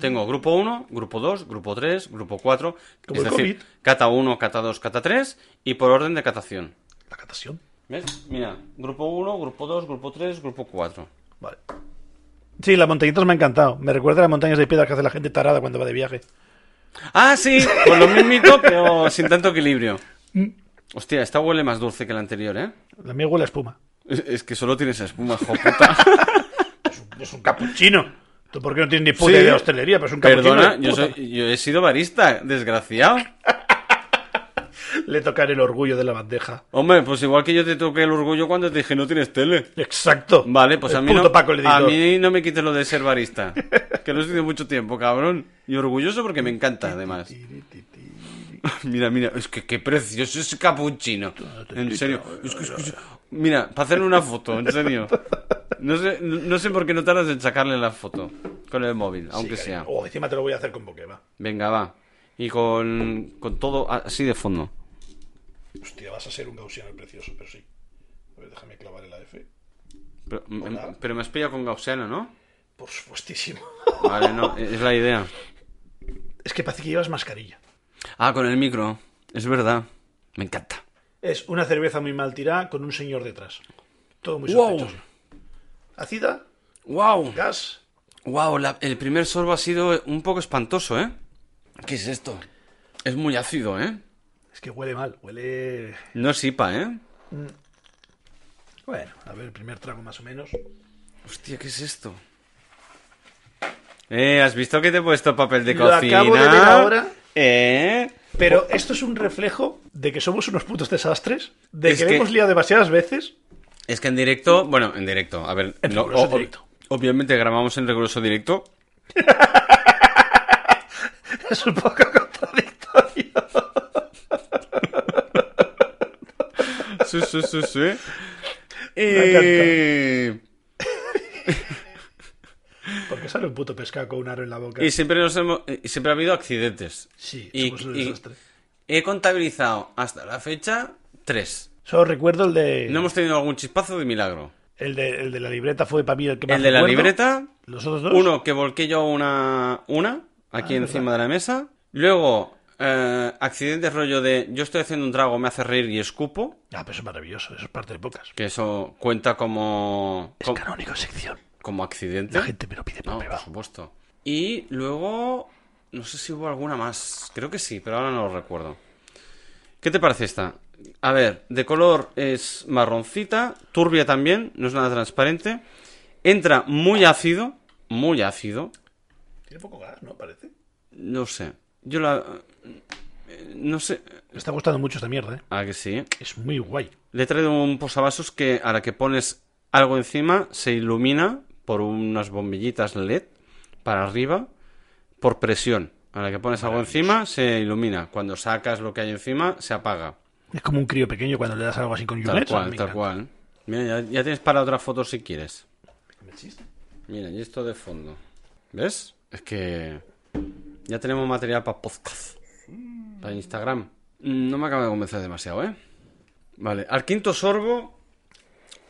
Tengo grupo 1, grupo 2, grupo 3, grupo 4.
Como
es
el
decir,
COVID.
cata 1, cata 2, cata 3 y por orden de catación.
La catación.
¿Ves? Mira, grupo 1, grupo 2, grupo 3, grupo 4.
Vale. Sí, las montañitas me ha encantado. Me recuerda a las montañas de piedra que hace la gente tarada cuando va de viaje.
Ah, sí, con lo mismito, pero sin tanto equilibrio.
Mm.
Hostia, esta huele más dulce que la anterior, ¿eh?
La mía huele a espuma.
Es- Es que solo tienes espuma, hijo
Ah,
puta.
Es un capuchino. ¿Tú por qué no tienes ni puta
Sí.
idea de hostelería? Pero es un capuchino.
Perdona,
de
yo,
puta.
soy- yo he sido barista, desgraciado.
Le tocaré el orgullo de la bandeja.
Hombre, pues igual que yo te toqué el orgullo cuando te dije no tienes tele.
Exacto.
Vale, pues
El
a mí,
puto
no,
Paco el editor.
a mí no me quites lo de ser barista. Que lo he sido mucho tiempo, cabrón. Y orgulloso porque me encanta, además. Mira, mira, es que qué precioso ese capuchino. En serio. es que- es que- Mira, para hacerle una foto, en serio. No sé, no sé por qué no tardas en sacarle la foto con el móvil, aunque sea.
Oh, encima te lo voy a hacer con Bokeba.
Venga, va. Y con, con todo así de fondo.
Hostia, vas a ser un gaussiano precioso, pero sí. A ver, déjame clavar el AF.
Pero, mm, pero me has pillado con gaussiano, ¿no?
Por supuestísimo.
Vale, no, es la idea.
Es que parece que llevas mascarilla.
Ah, con el micro. Es verdad. Me encanta.
Es una cerveza muy mal tirada con un señor detrás. Todo muy
Wow.
sospechoso. Acida,
¡Wow!
gas,
¡Wow! el primer sorbo ha sido un poco espantoso, ¿eh? ¿Qué es esto? Es muy ácido, ¿eh?
Es que huele mal, huele.
No es IPA, ¿eh?
Bueno, a ver, el primer trago más o menos.
Hostia, ¿qué es esto? Eh, ¿has visto que te he puesto papel de
Lo
cocina?
acabo de ver ahora.
Eh.
Pero esto es un reflejo de que somos unos putos desastres, de
Es
que,
que-
hemos liado demasiadas veces.
Es que en directo, bueno, en directo, a ver,
En
no,
riguroso
o- ob-
directo.
obviamente grabamos en riguroso directo.
Es un poco contradictorio.
Sí, sí, sí, sí.
Me
Eh,
Porque sale un puto pescado con un aro en la boca.
y siempre nos hemos- eh, y siempre ha habido accidentes.
Sí,
Y-
somos un
y
desastre.
he contabilizado hasta la fecha tres.
Solo recuerdo el de,
No hemos tenido algún chispazo de milagro.
el de. el de la libreta fue para mí el que más
El de la
recuerdo.
libreta,
Los otros dos.
uno que volqué yo una, una aquí
Ah,
encima de la mesa. Luego, eh, accidentes rollo de yo estoy haciendo un trago, me hace reír y escupo.
Ah, pero eso es maravilloso, eso es parte de pocas.
Que eso cuenta como,
Es
como,
canónico sección.
como accidente.
La gente me lo pide por
No, pues, por
privado.
supuesto. Y luego, no sé si hubo alguna más. Creo que sí, pero ahora no lo recuerdo. ¿Qué te parece esta? A ver, de color es marroncita, turbia también, no es nada transparente. Entra muy ácido, muy ácido.
Tiene poco gas, ¿no? Parece.
No sé. Yo la... eh, No sé...
Me está gustando mucho esta mierda, ¿eh?
Ah, que sí.
Es muy guay.
Le he traído un posavasos que a la que pones algo encima se ilumina por unas bombillitas LED para arriba por presión. A la que pones algo encima se ilumina. Cuando sacas lo que hay encima se apaga.
Es como un crío pequeño cuando le das algo así con
Tal
yulets.
cual, tal cual. Mira, ya, ya tienes para otra foto si quieres. Mira, y esto de fondo. ¿Ves? Es que ya tenemos material para podcast. Para Instagram. Mm, No me acaba de convencer demasiado, ¿eh? Vale, al quinto sorbo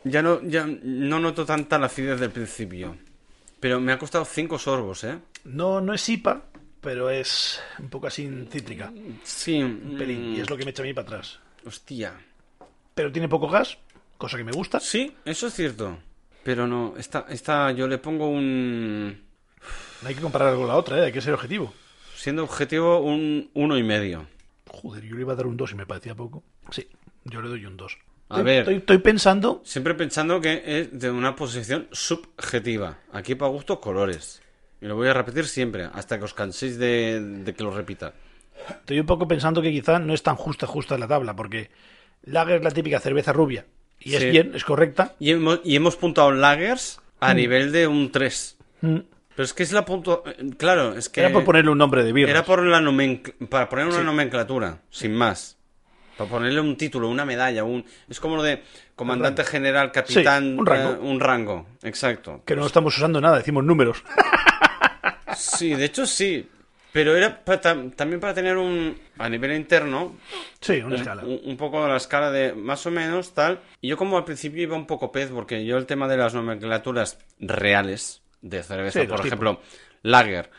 ya no, ya no noto tanta la acidez del principio. Pero me ha costado cinco sorbos, ¿eh?
No, no es IPA, pero es un poco así cítrica.
Sí,
Un pelín.
mm,
Y es lo que me echa a mí para atrás.
hostia.
Pero tiene poco gas, cosa que me gusta.
Sí, eso es cierto. Pero no, esta, esta yo le pongo un...
No hay que comparar con la otra, ¿eh? Hay que ser objetivo.
Siendo objetivo, un uno y medio.
Joder, yo le iba a dar un 2 y me parecía poco. Sí, yo le doy un 2.
A
Estoy-
ver.
Estoy, estoy pensando.
Siempre pensando que es de una posición subjetiva. Aquí para gustos colores. Y lo voy a repetir siempre, hasta que os canséis de, de que lo repita.
Estoy un poco pensando que quizá no es tan justa justa la tabla, porque Lager es la típica cerveza rubia. Y
Sí.
es bien, es correcta.
Y hemos, y hemos puntado lagers a nivel de un 3.
Mm.
Pero es que es la punto... eh, Claro, es que...
Era por ponerle un nombre de birra.
era por la nomencl- para poner una nomenclatura, sin más. Para ponerle un título, una medalla, un... Es como lo de comandante general, capitán...
un rango.
eh, un rango, exacto.
Que no estamos usando nada, decimos números.
Sí, de hecho sí. Pero era pa- tam- también para tener un, a nivel interno,
Sí, una escala.
un, un poco la escala de más o menos tal. Y yo como al principio iba un poco pez, porque yo el tema de las nomenclaturas reales de cerveza,
Sí, los
por
tipos.
ejemplo, lager.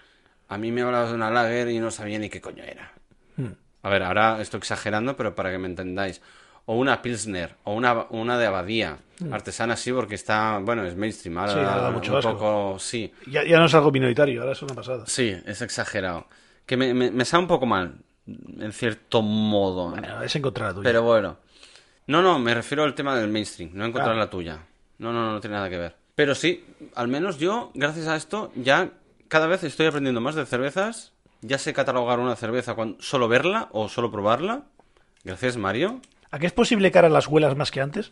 A mí me hablabas de una lager y no sabía ni qué coño era.
Mm.
A ver, ahora estoy exagerando, pero para que me entendáis. O una Pilsner, o una, una de Abadía. Artesana sí, porque está, bueno, es mainstream. Ahora
Mm. Sí, ahora da mucho
un
asco.
poco, sí.
Ya, ya no es algo minoritario, ahora es una pasada.
Sí, es exagerado. Que me, me, me sabe un poco mal, en cierto modo.
Bueno, es encontrar la tuya.
pero bueno. No, no, me refiero al tema del mainstream, no encontrar
Ah.
la tuya. No, no, no, no tiene nada que ver. Pero sí, al menos yo, gracias a esto, ya cada vez estoy aprendiendo más de cervezas. Ya sé catalogar una cerveza cuando solo verla o solo probarla. Gracias, Mario.
¿A qué es posible que ahora las huelas más que antes?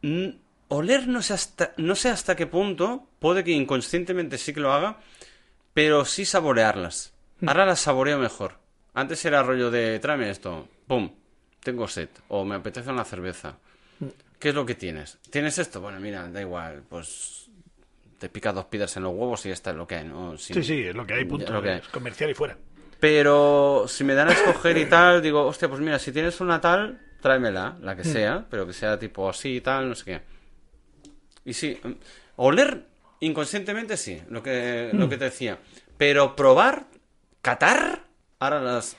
Mm, Oler no sé hasta, no sé hasta qué punto, puede que inconscientemente sí que lo haga, pero sí saborearlas. Ahora las saboreo mejor. Antes era rollo de tráeme esto, pum, tengo sed, o me apetece una cerveza. ¿Qué es lo que tienes? ¿Tienes esto? Bueno, mira, da igual, pues te pica dos piedras en los huevos y esta es lo que hay, ¿no? Sin-
Sí, sí, es lo que hay, punto.
Ya, lo que hay.
Es comercial y fuera.
pero si me dan a escoger y tal, digo, hostia, pues mira, si tienes una tal, tráemela, la que sea, pero que sea tipo así y tal, no sé qué. Y sí, mm, oler inconscientemente sí, lo que, lo que te decía. Pero probar, catar, ahora las...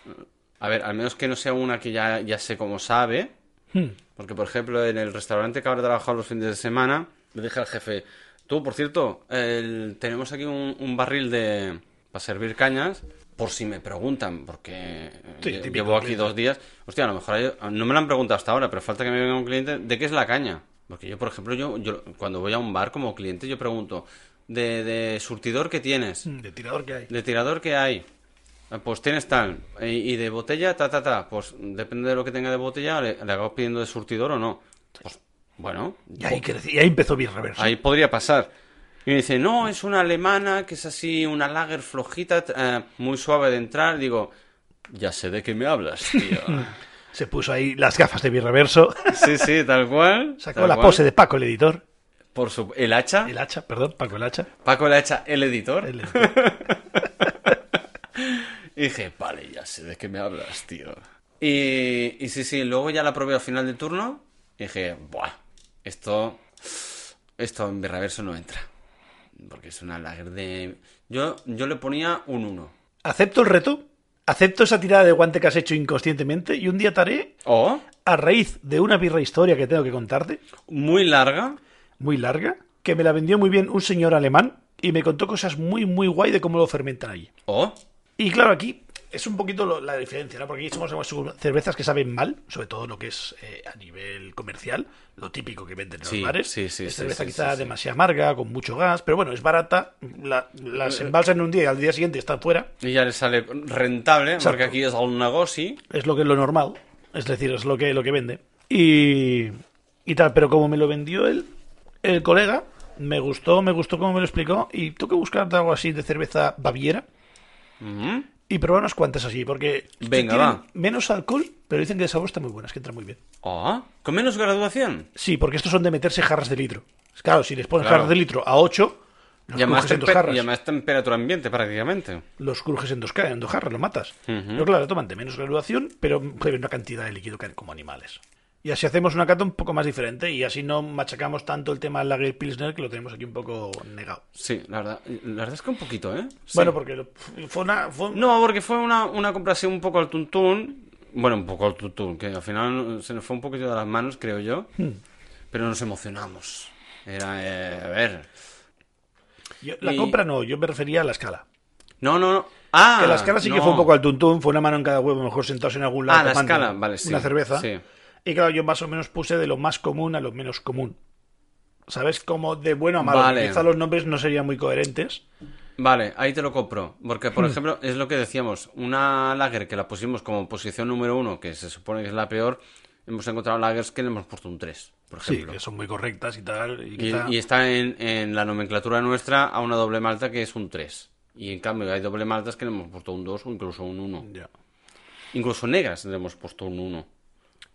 A ver, al menos que no sea una que ya, ya sé cómo sabe,
Hmm.
porque, por ejemplo, en el restaurante que habrá trabajado los fines de semana, le dije al jefe, tú, por cierto, el- tenemos aquí un, un barril de para servir cañas, por si me preguntan, porque eh,
Sí,
lle-
típico
llevo aquí
cliente.
dos días. Hostia, a lo mejor hay- no me lo han preguntado hasta ahora, pero falta que me venga un cliente, ¿de qué es la caña? Porque yo, por ejemplo, yo, yo cuando voy a un bar como cliente, yo pregunto, de, de surtidor que tienes,
Mm, De tirador que hay.
de tirador que hay, eh, pues tienes tal, y, y de botella, ta, ta, ta, pues depende de lo que tenga de botella, le, le hago pidiendo de surtidor o no. Pues bueno,
Y ahí, crecí- y ahí empezó bien reverso.
ahí podría pasar. Y me dice, no, es una alemana, que es así, una lager flojita, eh, muy suave de entrar. Digo, ya sé de qué me hablas, tío.
Se puso ahí las gafas de bien reverso.
sí, sí, tal cual.
Sacó
tal
la
cual.
pose de Paco el editor.
Por su... El hacha.
El hacha, perdón, Paco el hacha.
Paco la hacha, el editor.
El editor.
Y dije, vale, ya sé de qué me hablas, tío. Y, y sí, sí, luego ya la probé al final del turno. Y dije, buah, esto. Esto en reverso no entra. Porque es una lager de. Yo, yo le ponía un 1.
Acepto el reto. Acepto esa tirada de guante que has hecho inconscientemente y un día te haré,
O,
a raíz de una birra historia que tengo que contarte,
muy larga.
muy larga, que me la vendió muy bien un señor alemán y me contó cosas muy, muy guay de cómo lo fermentan allí.
O,
Y claro, aquí es un poquito lo- la diferencia, ¿no? Porque aquí somos somos cervezas que saben mal, sobre todo lo que es eh, a nivel comercial, lo típico que venden en los
Sí,
bares.
sí, sí,
es
sí,
cerveza
sí,
quizá
sí, sí.
demasiado amarga, con mucho gas, pero bueno, es barata, la-
Eh,
las embalsan en un día y al día siguiente están fuera,
y ya le sale rentable, porque
Exacto.
aquí es un negocio.
es lo que es lo normal, es decir, es lo que, lo que vende. Y, y tal, pero como me lo vendió el, el colega, me gustó, me gustó como me lo explicó, y tengo que buscar algo así de cerveza baviera.
Ujú.
Y probar unas cuantas así, porque
Venga,
tienen
va.
menos alcohol, pero dicen que de sabor está muy buena, es que entra muy bien.
O, con menos graduación.
Sí, porque estos son de meterse jarras de litro. Es Claro, si les pones
Claro.
jarras de litro a 8, los
Y además
crujes en dos
tempe-
jarras.
y además temperatura ambiente prácticamente.
Los crujes en dos, ca- en dos jarras, los matas.
Ujú.
Pero claro, toman de menos graduación, pero beben una cantidad de líquido que- como animales. Y así hacemos una cata un poco más diferente y así no machacamos tanto el tema Lager Pilsner que lo tenemos aquí un poco negado.
Sí, la verdad, la verdad es que un poquito, ¿eh? Sí.
Bueno, porque lo- fue una... fue un-
No, porque fue una, una compra así un poco al tuntún. Bueno, un poco al tuntún, que al final se nos fue un poquito de las manos, creo yo.
Hmm.
Pero nos emocionamos. Era, eh, a ver.
yo- la
y-
compra no, yo me refería a la escala.
No, no, no. Ah,
Que la escala sí que
no.
fue un poco al tuntún, fue una mano en cada huevo, a lo mejor sentados en algún lado
Ah, la
tomando
escala, vale, sí,
una cerveza.
sí.
Y claro, yo más o menos puse de lo más común a lo menos común. ¿Sabes? Como de bueno a malo.
Vale.
Quizá los nombres no serían muy coherentes.
Vale, ahí te lo compro. Porque,
Hmm.
por ejemplo, es lo que decíamos. Una lager que la pusimos como posición número uno, que se supone que es la peor, hemos encontrado lagers que le hemos puesto un 3, por
Sí,
ejemplo.
que son muy correctas y tal. Y,
Y,
quizá-
y está en, en la nomenclatura nuestra a una doble malta que es un 3. Y en cambio hay doble maltas que le hemos puesto un 2 o incluso un 1.
Ya.
Incluso negras le hemos puesto un 1.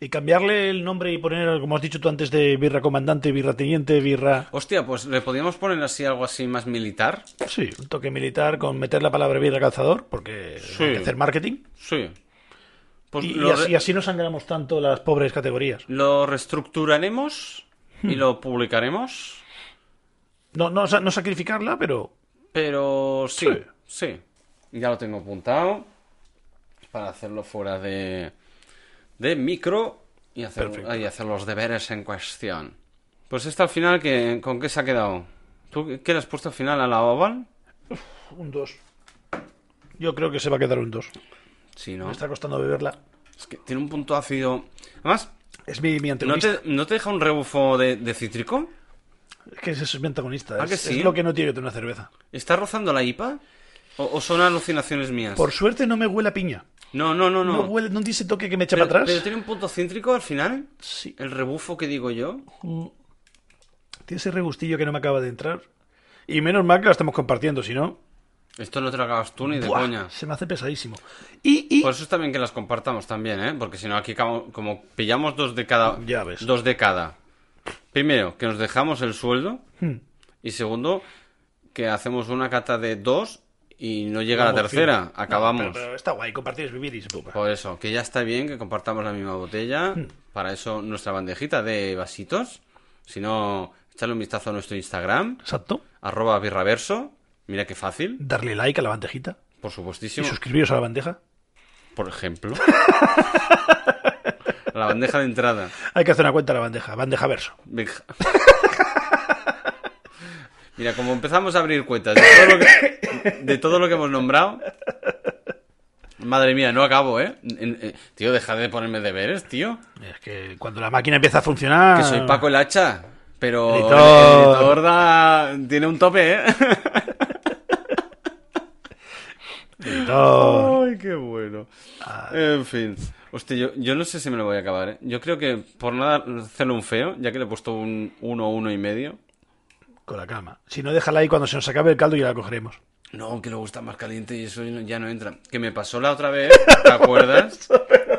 Y cambiarle el nombre y poner, como has dicho tú antes, de birra comandante, birra teniente, birra...
Hostia, pues le podríamos poner así algo así más militar.
Sí, un toque militar con meter la palabra birra calzador, porque
Sí.
hay que hacer marketing.
Sí. Pues
Y, y
lo, re-
así, y así no sangramos tanto las pobres categorías.
lo reestructuraremos y lo publicaremos.
No, no, sa- no sacrificarla, pero
Pero sí,
Sí.
sí. Ya lo tengo apuntado para hacerlo fuera de, de micro y hacer,
Perfecto.
y hacer los deberes en cuestión. Pues esta al final, que, ¿con qué se ha quedado? ¿Tú qué le has puesto al final a la oval?
Un 2. Yo creo que se va a quedar un 2.
Ah. Sí, ¿no?
Me está costando beberla.
Es que tiene un punto ácido. Además,
Es mi, mi
¿no
antagonista.
te, ¿no te deja un rebufo de, de cítrico?
Es que ese es mi antagonista.
¿Ah,
es,
que sí?
es lo que no tiene que tener una cerveza.
¿Está rozando la IPA? ¿O, o son alucinaciones mías?
Por suerte no me huele a piña.
No, no, no,
No,
no.
huele, no dice toque que me echa
pero,
para
pero
atrás.
tiene un punto cítrico al final.
Sí.
El rebufo que digo yo.
Tiene ese regustillo que no me acaba de entrar. Y menos mal que la estamos compartiendo, si no.
Esto no te lo acabas tú ni de
¡buah!
coña. Pues,
Se me hace pesadísimo. Y, y
Por eso está bien que las compartamos también, ¿eh? Porque si no, aquí como, como pillamos dos de cada.
Ya ves.
Dos de cada. Primero, que nos dejamos el sueldo.
Hmm.
Y segundo, que hacemos una cata de dos y no llega la
Vamos,
tercera.
fin.
Acabamos.
Pero, pero está guay, compartir es vivir y se pupa.
Por eso, que ya está bien que compartamos la misma botella.
Hmm.
Para eso, nuestra bandejita de vasitos. Si no, echarle un vistazo a nuestro Instagram,
Exacto.
arroba birraverso. Mira qué fácil,
Darle like a la bandejita.
por
Y
supuestísimo.
suscribiros a la bandeja.
Por ejemplo. la bandeja de entrada.
Hay que hacer una cuenta a la bandeja. Bandeja verso.
Venga. Mira, como empezamos a abrir cuentas de todo lo que, de todo lo que hemos nombrado. Madre mía, no acabo, ¿eh? En- eh, Tío, deja de ponerme deberes, tío.
Es que cuando la máquina empieza a funcionar.
Que soy Paco el hacha. Pero
Editor.
el editor da- tiene un tope, ¿eh?
Editor.
Ay, qué bueno. En fin. Hostia, yo, yo no sé si me lo voy a acabar, ¿eh? Yo creo que por nada hacerle un feo, ya que le he puesto un 1, 1 y medio.
Con la calma. Si no, déjala ahí cuando se nos acabe el caldo y ya la cogeremos.
No, que luego está más caliente y eso ya no entra. Que me pasó la otra vez, ¿te acuerdas?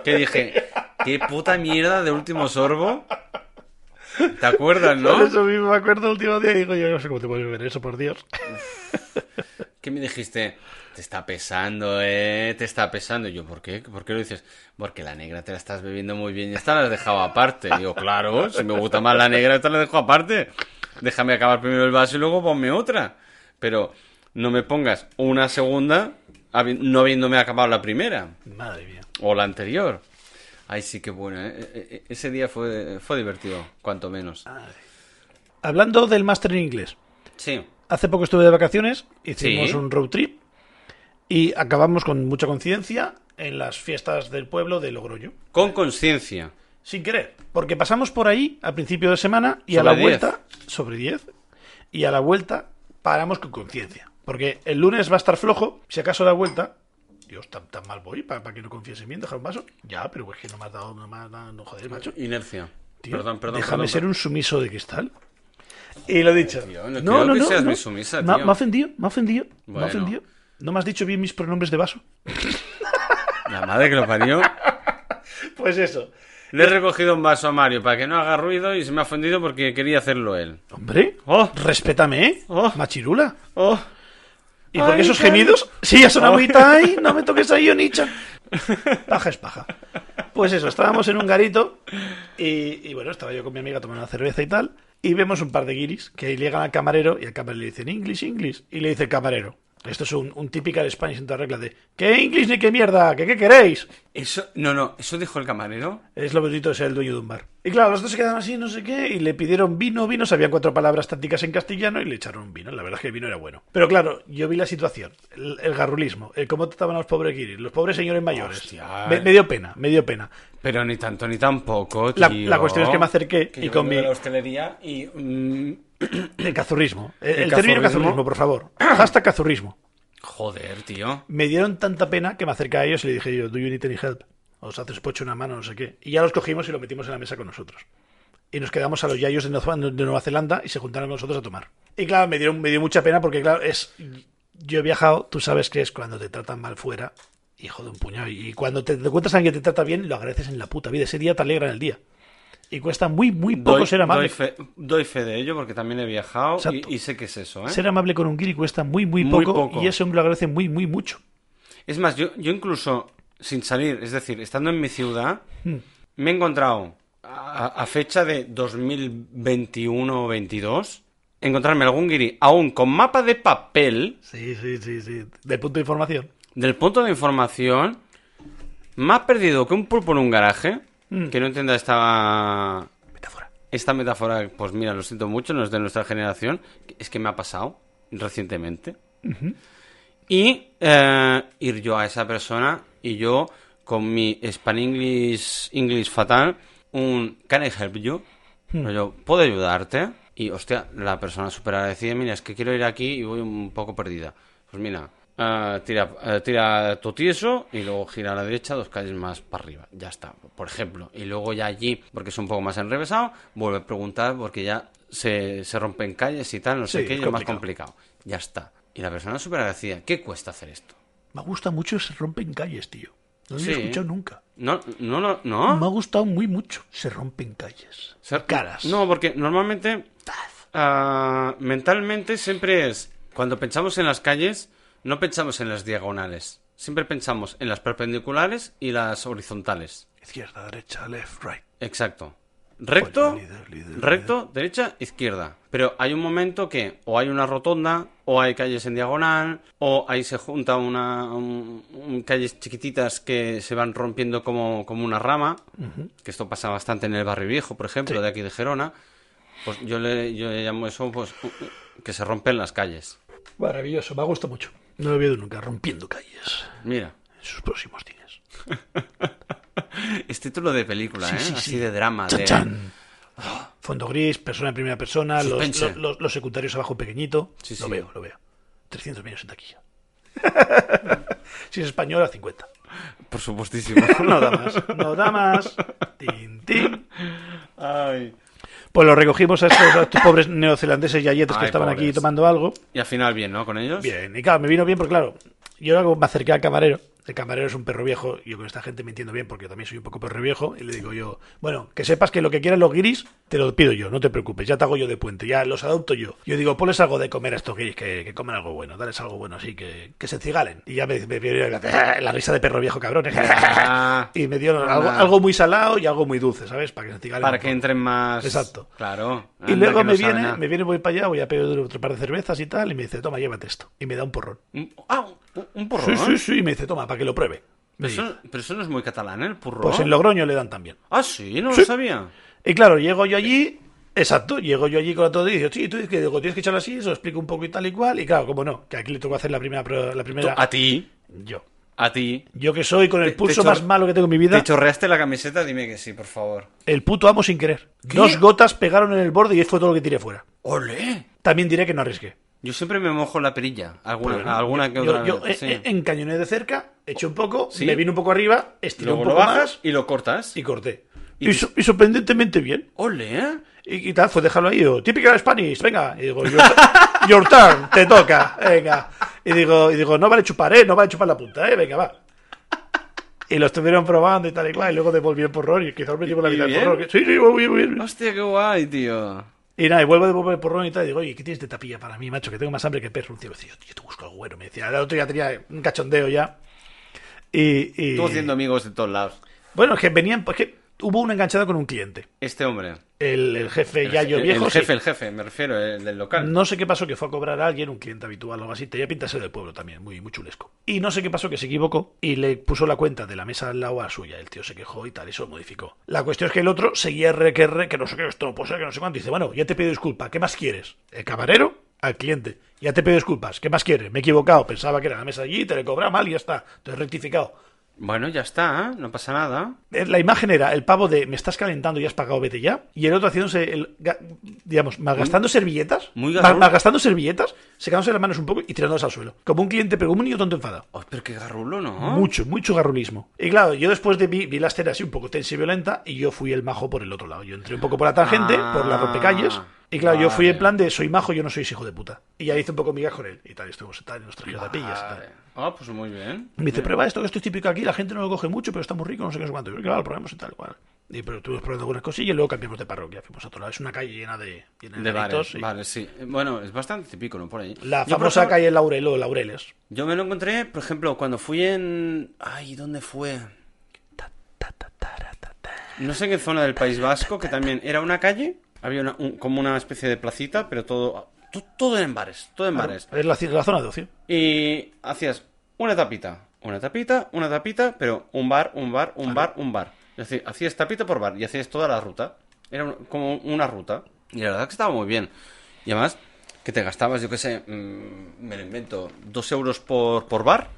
Que dije, qué puta mierda de último sorbo. ¿Te acuerdas,
Por
no?
eso mismo me acuerdo el último día y digo, yo no sé cómo te puedes beber eso, por Dios.
Que me dijiste, te está pesando, eh, te está pesando. Y yo, ¿por qué? ¿Por qué lo dices? Porque la negra te la estás bebiendo muy bien y esta la has dejado aparte. Y yo, claro, si me gusta más la negra, esta la dejo aparte. Déjame acabar primero el vaso y luego ponme otra. Pero no me pongas una segunda habi- no habiéndome acabado la primera.
Madre mía.
O la anterior. Ay, sí, qué bueno. ¿eh? E- e- Ese día fue, fue divertido, cuanto menos.
Hablando del máster en inglés.
Sí.
Hace poco estuve de vacaciones, hicimos
Sí.
un road trip y acabamos con mucha conciencia en las fiestas del pueblo de Logroño.
Con conciencia.
Sin querer. Porque pasamos por ahí a principio de semana y a
Sobre
la
10.
vuelta, sobre 10, y a la vuelta paramos con conciencia. Porque el lunes va a estar flojo, si acaso la vuelta. Dios, tan, tan mal voy, para, que no confíes en mí, dejar un vaso. Ya, pero es que no me has dado, no me has dado- no, joder, macho.
Inercia.
Tío,
perdón, perdón.
Déjame
perdón,
ser un sumiso de cristal. Y lo he dicho.
tío, no quiero que seas mi sumisa,
Me ha-
tío.
Me ha ofendido, me ha ofendido, me
Bueno.
ha ofendido. No me has dicho bien mis pronombres de vaso.
La madre que lo parió.
Pues eso.
Le he recogido un vaso a Mario para que no haga ruido y se me ha fundido porque quería hacerlo él.
Hombre,
Oh.
respétame, ¿eh?
Oh.
Machirula.
Oh,
¿Y por
Ay,
qué esos
Cari.
gemidos? Sí, ha sonado
Oh.
muy ¡Ay, no me toques ahí, Onicha! Paja es paja. Pues eso, estábamos en un garito y, y bueno, estaba yo con mi amiga tomando una cerveza y tal. Y vemos un par de guiris que llegan al camarero y al camarero le dicen English, English. Y le dice el camarero. Esto es un, un típico Spanish en toda regla de ¿Qué English ni qué mierda? ¿Qué, qué queréis?
eso, no, no, eso dijo el camarero.
Es lo bonito de ser el dueño de un bar. Y claro, los dos se quedaron así, no sé qué, y le pidieron vino, vino, sabían cuatro palabras tácticas en castellano y le echaron un vino. La verdad es que el vino era bueno. Pero claro, yo vi la situación, el, el garrulismo, el cómo trataban a los pobres guiris, los pobres señores mayores.
Hostia.
Me, me dio pena, me dio pena.
Pero ni tanto ni tampoco,
La,
tío.
la cuestión es que me acerqué
Que
y
yo
con mi...
vengo de la hostelería y... mm,
El cazurrismo. eh, El,
¿El
el término
cazurrismo?
cazurrismo, por favor. Hashtag cazurrismo.
joder, tío.
Me dieron tanta pena que me acerqué a ellos y le dije yo, ¿Do you need any help? Os haces pocho una mano, no sé qué. Y ya los cogimos y los metimos en la mesa con nosotros. Y nos quedamos a los yayos de Nueva, de Nueva Zelanda y se juntaron con nosotros a tomar. Y claro, me, dieron, me dio mucha pena porque, claro, es. Yo he viajado, tú sabes que es cuando te tratan mal fuera, hijo de un puñado. Y cuando te, te encuentras a alguien que te trata bien, lo agradeces en la puta vida. Ese día te alegran el día. Y cuesta muy, muy poco
Doy,
ser amable.
doy fe, doy fe de ello porque también he viajado
Exacto.
y, y sé qué es eso, ¿eh?
Ser amable con un guiri cuesta muy, muy
Muy
poco,
poco.
Y ese hombre lo agradece muy, muy mucho.
Es más, yo, yo incluso sin salir, es decir, estando en mi ciudad, me he encontrado a, a fecha de 2021 o 22, encontrarme algún guiri aún con mapa de papel,
Sí, sí, sí, sí. Del punto de información.
del punto de información, más perdido que un pulpo en un garaje, que no entienda esta,
Metáfora.
esta metáfora, pues mira, lo siento mucho, no es de nuestra generación, es que me ha pasado recientemente. Y eh, ir yo a esa persona y yo con mi Span English, English fatal, un Can I help you?
Hmm.
Yo, ¿puedo ayudarte? Y hostia, la persona súper agradecida, mira, es que quiero ir aquí y voy un poco perdida. Pues mira, eh, tira, eh, tira tu tieso y luego gira a la derecha dos calles más para arriba. Ya está, por ejemplo. Y luego ya allí, porque es un poco más enrevesado, vuelve a preguntar porque ya se, se rompen calles y tal, no sé
Sí,
qué,
es
y es más
complicado.
complicado. Ya está. Y la persona súper agradecida, ¿qué cuesta hacer esto?
Me gusta mucho Se rompen calles, tío. No lo
Sí.
he escuchado nunca.
No, no, no,
Me ha
no.
gustado muy mucho Se rompen calles.
Ser-
Caras.
No, porque normalmente ah, mentalmente siempre es, cuando pensamos en las calles, no pensamos en las diagonales. Siempre pensamos en las perpendiculares y las horizontales.
Izquierda, derecha, left, right.
Exacto. Recto,
Pues, líder, líder,
recto, derecha, izquierda. Pero hay un momento que o hay una rotonda, o hay calles en diagonal, o ahí se junta una un- un- calles chiquititas que se van rompiendo como, como una rama, que esto pasa bastante en el barrio viejo, por ejemplo,
Sí.
de aquí de Gerona. Pues yo le, yo le llamo eso pues que se rompen las calles.
Maravilloso, me ha gustado mucho. No lo he oído nunca. Rompiendo calles.
Mira,
En sus próximos días.
es título de película, ¿eh?
sí,
Así
sí.
de drama, de
¡Chan! fondo gris, persona en primera persona, los,
Suspense.
los, los- los secundarios abajo pequeñito.
Sí,
lo
sí.
veo, lo veo. 300 millones en taquilla. si es española, 50.
Por supuestísimo.
No da más, no da más. Tin, tin.
Ay.
Pues lo recogimos a estos, a estos pobres neozelandeses y ayetes que
Ay,
estaban aquí
pobres.
tomando algo.
Y al final bien, ¿no? Con ellos.
Bien, y claro, me vino bien porque, claro, yo luego me acerqué al camarero. El camarero es un perro viejo. y Yo con esta gente me entiendo bien porque también soy un poco perro viejo. Y le digo yo, bueno, que sepas que lo que quieran los guiris te lo pido yo, no te preocupes. Ya te hago yo de puente, ya los adopto yo. Yo digo, ponles algo de comer a estos guiris que, que coman algo bueno, dales algo bueno así, que, que se cigalen. Y ya me, me, me- la risa de perro viejo, cabrón.
Ah,
Y me dieron algo,
Ah.
algo muy salado y algo muy dulce, ¿sabes? Para que se cigalen.
para
un
que
poco.
entren más.
Exacto.
Claro.
Y
Anda,
luego
que no
me
sabe
viene,
nada.
me viene, voy para allá, voy a pedir otro par de cervezas y tal, y me dice, toma, llévate esto. Y me da un porrón.
Un- Ah, un- un
Sí,
porrón.
sí, sí, y me dice, toma, para que lo pruebe. Me
Pero,
dice,
eso, pero eso no es muy catalán, ¿eh? el porrón.
pues en Logroño le dan también.
Ah, sí, no
Sí.
lo sabía.
Y claro, llego yo allí, exacto, llego yo allí con la todo y digo, sí, tú dices que digo, tienes que echarlo así, se lo explico un poco y tal y cual, y claro, como no, que aquí le tengo que hacer la primera prueba- la primera
A ti,
yo.
a ti.
Yo que soy con el
Te- te
pulso
chor-
más malo que tengo en mi vida,
¿Te chorreaste la camiseta? Dime que sí, por favor.
el puto amo sin querer. Dos gotas pegaron en el borde y fue todo lo que tiré fuera.
¡Ole!
También diré que no arriesgué.
Yo siempre me mojo la perilla. Alguna,
Bueno,
alguna que
Pues, yo,
otra
yo,
vez,
eh,
sí.
eh, encañoné de cerca, eché un poco,
Sí.
me vine un poco arriba, estiré
Luego
un
lo
poco
bajas
más
y lo cortas.
y corté.
y-
Y, so- y sorprendentemente bien.
¡Ole! eh!
Y, y tal, fue dejarlo ahí. Digo, típica Spanish, venga. Y digo, your, your turn, te toca, venga. Y digo, y digo, no vale chupar, eh, no vale chupar la punta, eh, venga, va. Y lo estuvieron probando y tal y cual, y luego devolví el porrón y quizás me llevo la
¿Y
mitad del
bien?
porrón. que- Sí, sí, muy bien, muy bien.
¡Hostia, qué guay, tío!
Y nada, y vuelvo a devolver el porrón y tal. Y digo, oye, ¿qué tienes de tapilla para mí, macho? Que tengo más hambre que perro. Un tío decía, tío, te busco algo bueno. Me decía, el otro ya tenía un cachondeo ya. Y. y-
Estuvo haciendo amigos de todos lados.
Bueno, es que venían, pues que hubo una enganchada con un cliente.
Este hombre.
El, el jefe
El,
Yayo
el-
viejo.
el
sí.
jefe, el jefe, me refiero, el del local.
No sé qué pasó, que fue a cobrar a alguien, un cliente habitual o algo así. Tenía pinta de ser del pueblo también, muy, muy chulesco. Y no sé qué pasó, que se equivocó y le puso la cuenta de la mesa al lado a la suya. El tío se quejó y tal, eso lo modificó. La cuestión es que el otro seguía re que re, que no sé qué, esto no puede ser, que no sé cuánto. Y dice, bueno, ya te pido disculpa, ¿qué más quieres? ¿El camarero? Al cliente. Ya te pido disculpas, ¿qué más quieres? Me he equivocado, pensaba que era la mesa allí, te le cobraba mal y ya está. Te he rectificado.
Bueno, ya está, ¿eh? no pasa nada.
Eh, La imagen era el pavo de me estás calentando y has pagado, vete ya. Y el otro haciéndose, el, ga- digamos, malgastando servilletas.
muy
ma-
garrulo.
malgastando servilletas, secándose las manos un poco y tirándolas al suelo. Como un cliente, pero como un niño tonto enfadado.
Oh, pero qué garrulo, ¿no?
Mucho, mucho garrulismo. Y claro, yo después de vi, vi la escena así un poco tensa y violenta y yo fui el majo por el otro lado. Yo entré un poco por la tangente,
Ah,
por la rompecalles. Y claro, yo fui
vale.
en plan de soy majo, yo no soy hijo de puta. Y ya hice un poco migas con él. Y tal, y estuvimos y tal, y nos trajeron tapillas y tal.
Vale. Ah, pues muy bien.
Me dice, prueba esto, que esto es típico aquí, la gente no lo coge mucho, pero está muy rico, no sé qué, no sé cuánto. Y yo, claro, lo probamos y tal, cual. Y pero estuvimos probando algunas cosillas y luego cambiamos de parroquia, fuimos a otro lado. Es una calle llena de, llena
De
garitos,
bares,
sí.
vale, sí. Bueno, es bastante típico, ¿no? Por ahí.
La
Yo, por
famosa
ejemplo,
calle Laurel o Laureles.
Yo me lo encontré, por ejemplo, cuando fui en... Ay, ¿dónde fue? No sé en qué zona del País Vasco, que también era una calle. Había una- un- como una especie de placita, pero todo... to- Todo en bares, todo en bares.
Es la, la zona de ocio.
Y hacías una tapita, una tapita, una tapita, pero un bar, un bar, un bar, un bar. Es decir, hacías tapita por bar y hacías toda la ruta. Era un- como una ruta. Y la verdad que estaba muy bien. Y además, que te gastabas, yo qué sé, mm, me lo invento, dos euros por, por bar.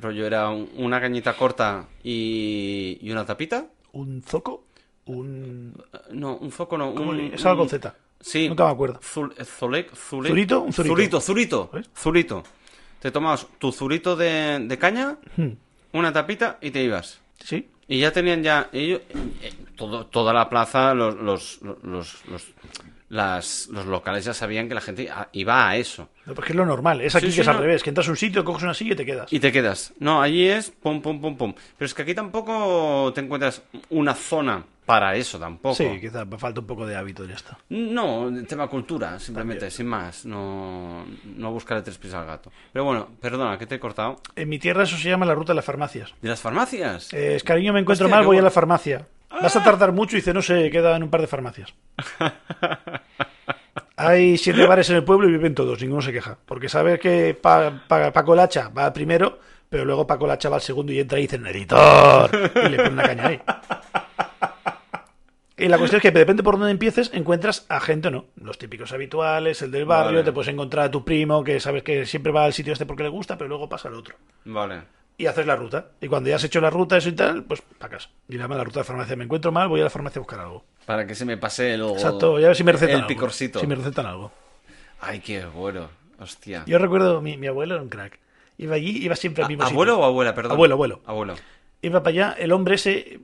Rollo era un- una cañita corta y, y una tapita.
Un zoco, un...
Eh, No, un foco no.
¿cómo
un-
le- es algo
un-
Z.
Sí.
Nunca me acuerdo.
Zul- eh, zule- zule-
Zurito, un zurito. ¿Eh?
Zurito, zurito.
¿Ves?
Zurito. Te tomabas tu zurito de, de caña,
Hmm.
una tapita y te ibas.
Sí.
Y ya tenían ya ellos, eh, eh, todo- toda la plaza, los, los, los, los- las- los locales ya sabían que la gente a- iba a eso.
No, porque es lo normal. Es aquí
Sí,
que
sí,
es al
no.
revés, que entras a un sitio, coges una silla y te quedas.
Y te quedas. No, allí es pum, pum, pum, pum. Pero es que aquí tampoco te encuentras una zona para eso tampoco.
Sí, quizás me falta un poco de hábito en esto.
No, tema cultura, simplemente, sin más. No, no buscaré tres pies al gato. Pero bueno, perdona, que te he cortado.
En mi tierra eso se llama la ruta de las farmacias.
¿De las farmacias?
Eh, es, cariño, me encuentro
Hostia, Ah.
mal,
qué
voy a
bueno.
la farmacia. Vas a tardar mucho y dice, no sé, queda en un par de farmacias. Hay siete bares en el pueblo y viven todos, ninguno se queja. Porque saber que Pa- Pa- Paco Lacha va al primero, pero luego Paco Lacha va al segundo y entra y dicen, editor, y le ponen una caña ahí. Y la cuestión es que depende por dónde empieces, encuentras a gente o no. Los típicos habituales, el del barrio,
Vale.
te puedes encontrar a tu primo que sabes que siempre va al sitio este porque le gusta, pero luego pasa al otro.
Vale.
y haces la ruta. Y cuando ya has hecho la ruta, eso y tal, pues para casa. Y llama a la ruta de farmacia. Me encuentro mal, voy a la farmacia a buscar algo.
Para que se me pase el,
Exacto, ya ver si me recetan
Oh, el
algo.
picorcito.
Si me recetan algo.
Ay, qué bueno. Hostia.
Yo recuerdo, mi, mi abuelo era un crack. Iba allí, iba siempre al mismo
¿A-
sitio.
Ah, ¿Abuelo o abuela? Perdón.
Abuelo, abuelo.
Abuelo.
Iba para allá, el hombre ese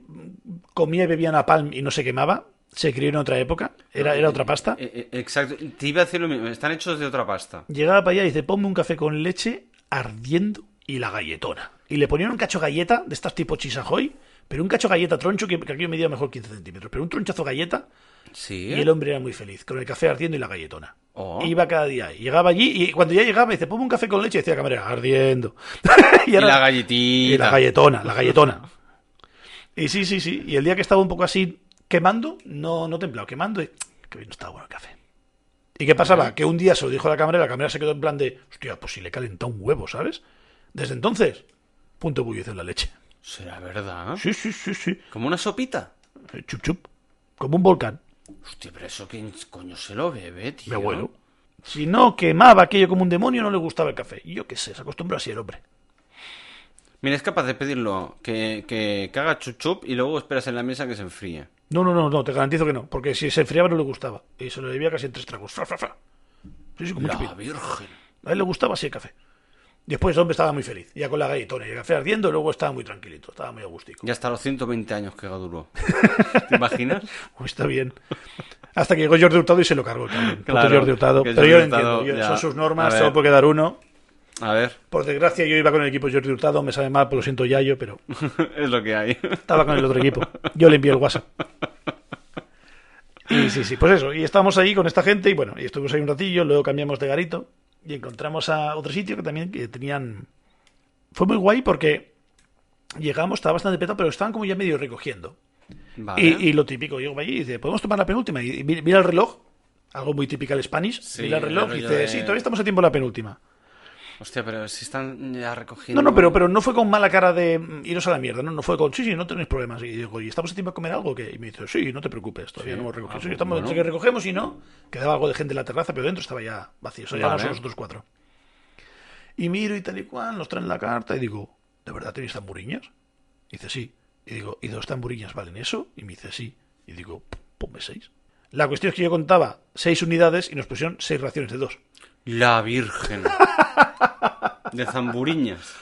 comía y bebía napalm y no se quemaba. Se crió en otra época, era, era otra pasta.
Eh, eh, exacto. Te iba a decir lo mismo. Están hechos de otra pasta.
Llegaba para allá y dice, ponme un café con leche ardiendo y la galletona. Y le ponían un cacho galleta de estas tipo chisajoy, pero un cacho galleta troncho que, que aquí medía mejor 15 centímetros, pero un tronchazo galleta
Sí.
y el hombre era muy feliz, con el café ardiendo y la galletona.
Oh.
Iba cada día. ahí. Llegaba allí y cuando ya llegaba dice, ponme un café con leche, y decía la camarera, ardiendo.
Y
era-
la galletita.
y la galletona, la galletona. Y sí, sí, sí. Y el día que estaba un poco así quemando, no, no templado, quemando, y que hoy no estaba bueno el café. ¿Y qué pasaba? Que un día se lo dijo a la camarera, la camarera se quedó en plan de, hostia, pues si le calenta un huevo, ¿sabes? Desde entonces, punto bullicio en la leche.
Será verdad.
Sí, sí, sí, sí.
Como una sopita.
Eh, Chup, chup. Como un volcán,
Hostia, pero eso quién coño se lo bebe, tío.
mi abuelo. Si no quemaba aquello como un demonio, no le gustaba el café. Y Yo qué sé, se acostumbró así el hombre.
Mira, es capaz de pedirlo que, que, que haga chuchup y luego esperas en la mesa que se enfríe.
No, no, no, no, te garantizo que no, porque si se enfriaba no le gustaba. Y se lo bebía casi en tres tragos. Fra, fra, fra. Sí, sí, como un
La
chupito.
virgen.
A él le gustaba así el café. Después el hombre estaba muy feliz, ya con la galletona y el café ardiendo, luego estaba muy tranquilito, estaba muy agustico.
Ya hasta los 120 años que duró. ¿Te imaginas?
Uy, Pues está bien. Hasta que llegó Jordi Hurtado y se lo cargó el cabrón. Puto
Claro,
Jordi Hurtado.
que
Pero yo lo
Jordi Hurtado,
entiendo, yo-
ya.
son sus
A
normas,
ver.
solo por quedar uno.
A ver,
Por desgracia yo iba con el equipo Jordi Hurtado, me sabe mal, pues lo siento Yayo, pero
es lo que hay.
estaba con el otro equipo. Yo le envié el WhatsApp. Y sí, sí, pues eso. Y estábamos ahí con esta gente y bueno, y estuvimos ahí un ratillo, luego cambiamos de garito y encontramos a otro sitio que también que tenían... Fue muy guay porque llegamos, estaba bastante petado, pero estaban como ya medio recogiendo.
Vale.
Y, y lo típico, llego para allí y dice, ¿podemos tomar la penúltima? Y mira, mira el reloj, algo muy típico al Spanish,
Sí,
mira el reloj
el
y
rollo
dice,
de-
sí, todavía estamos a tiempo de la penúltima.
Hostia, pero si están ya recogiendo.
No, no, pero, pero no fue con mala cara de mm, iros a la mierda, no, no fue con, sí, sí, no tenéis problemas. Y digo, ¿y estamos a tiempo de comer algo? que Y me dice, sí, no te preocupes, todavía
Sí,
no hemos recogido.
ah,
Sí, estamos,
bueno.
entre que recogemos y no, quedaba algo de gente en la terraza, pero dentro estaba ya vacío, solo
Vale.
éramos nosotros cuatro. Y miro y tal y cual, nos traen la carta y digo, ¿de verdad tenéis tamburiñas? Y dice, sí. Y digo, ¿y dos tamburiñas valen eso? Y me dice, sí. Y digo, ponme seis. La cuestión es que yo contaba seis unidades y nos pusieron seis raciones de dos.
La virgen. De zamburiñas.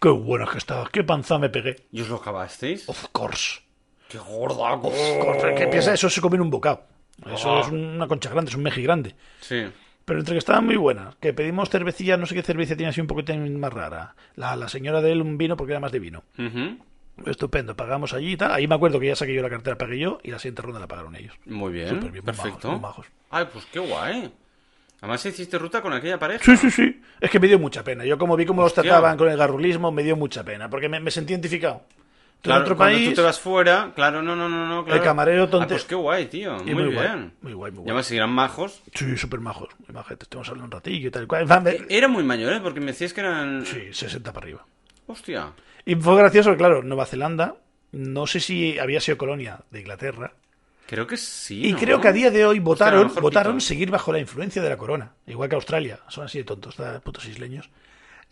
¡Qué buenas que estabas! ¡Qué panza me pegué!
¿Y os lo acabasteis? Oh.
Of course.
¡Qué gordaco!
Corre, ¿Qué piensa? Eso se come en un bocado. Eso
Ah.
es una concha grande, es un meji grande.
Sí.
Pero entre que estaban muy buenas, que pedimos cervecilla, no sé qué cerveza tenía así un poquito más rara. La, la señora de él un vino porque era más de vino.
Ujú.
Estupendo, pagamos allí y tal. Ahí me acuerdo que ya saqué yo la cartera, pagué yo y la siguiente ronda la pagaron ellos.
Muy bien.
Súper bien, muy
Perfecto.
majos, muy majos.
Ay, pues qué guay. Además hiciste ruta con aquella pareja.
Sí, sí, sí. Es que me dio mucha pena. Yo como vi cómo los
Hostia.
trataban con el garrulismo, me dio mucha pena, porque me, me sentí identificado. Estoy en
Claro,
otro
cuando
país,
tú te vas fuera, claro, no, no, no, no, claro.
camarero tonte-
Ah, pues qué guay, tío.
Y
muy,
muy guay,
bien.
muy guay, muy guay.
Y además, si eran majos.
Sí, súper majos, muy majetes. Estamos hablando un ratillo y tal y cual. En plan, me-
Eran muy mayores, porque me decías que eran.
Sí, 60 para arriba.
Hostia.
Y fue gracioso, claro, Nueva Zelanda, no sé si había sido colonia de Inglaterra.
Creo que sí.
Y
¿no?
creo que a día de hoy
Hostia, a lo
votaron,
mejor
votaron
pito.
seguir bajo la influencia de la corona. Igual que Australia. Son así de tontos, da- putos isleños.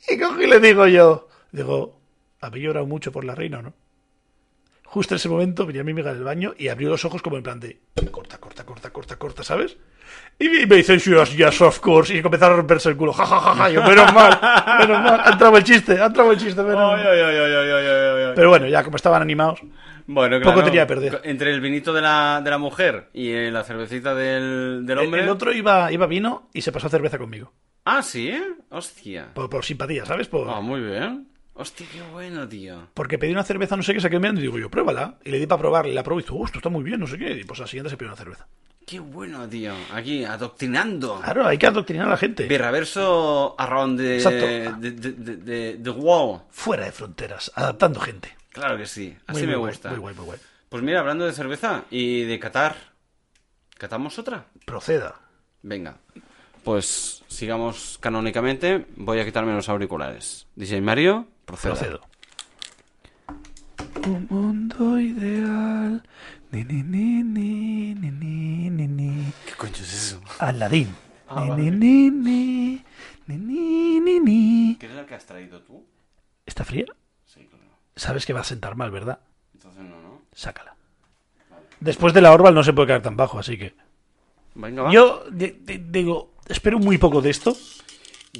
Y cogí y le digo yo, digo, ¿habéis llorado mucho por la reina o no? Justo en ese momento venía mi amiga del baño y abrió los ojos como en plan de corta, corta, corta, corta, corta, ¿sabes? Y me- me dice, yes, yes, of course. Y comenzaron a romperse el culo. Ja, ja, ja, ja. Yo, menos mal, menos mal. Ha entrado el chiste, ha entrado el chiste, menos
Ay,
mal.
ay, ay, ay, ay, ay, ay, ay.
Pero bueno, ya como estaban animados,
Bueno,
Poco
claro,
tenía que perder.
Entre el vinito de la, de la mujer y eh, la cervecita del, del
El,
hombre.
el otro iba, iba vino y se pasó a cerveza conmigo.
Ah, sí, ¿eh? Hostia.
Por, por simpatía, ¿sabes? Por,
Ah, muy bien. Hostia, qué bueno, tío.
Porque pedí una cerveza, no sé qué, saqué mirando y digo yo, pruébala. Y le di para probarla, y la probé y dice, "Oh, esto está muy bien, no sé qué. Y pues a la siguiente se pidió una cerveza.
Qué bueno, tío. Aquí, adoctrinando.
Claro, hay que adoctrinar a la gente.
Berraverso around the,
Exacto.
the, the- the- the- the wall.
Fuera de fronteras, adaptando gente.
Claro que sí.
Muy,
Así
muy
me
guay,
gusta.
muy guay, muy guay.
Pues mira, hablando de cerveza y de Qatar. ¿Catamos otra?
Proceda.
Venga. Pues sigamos canónicamente. Voy a quitarme los auriculares. DJ Mario, proceda.
Procedo. Un mundo ideal. Ni, ni, ni, ni, ni, ni, ni, ni.
¿Qué coño es eso?
Aladín.
Ah,
Ni,
vale.
ni, ni, ni, ni, ni, ni, ni.
¿Qué es la que has traído tú?
¿Está fría?
Sí, claro.
Sabes que va a sentar mal, ¿verdad?
Entonces no, ¿no?
Sácala. Después de la Orval no se puede caer tan bajo, así que.
Venga, va.
Yo de- de- digo, espero muy poco de esto.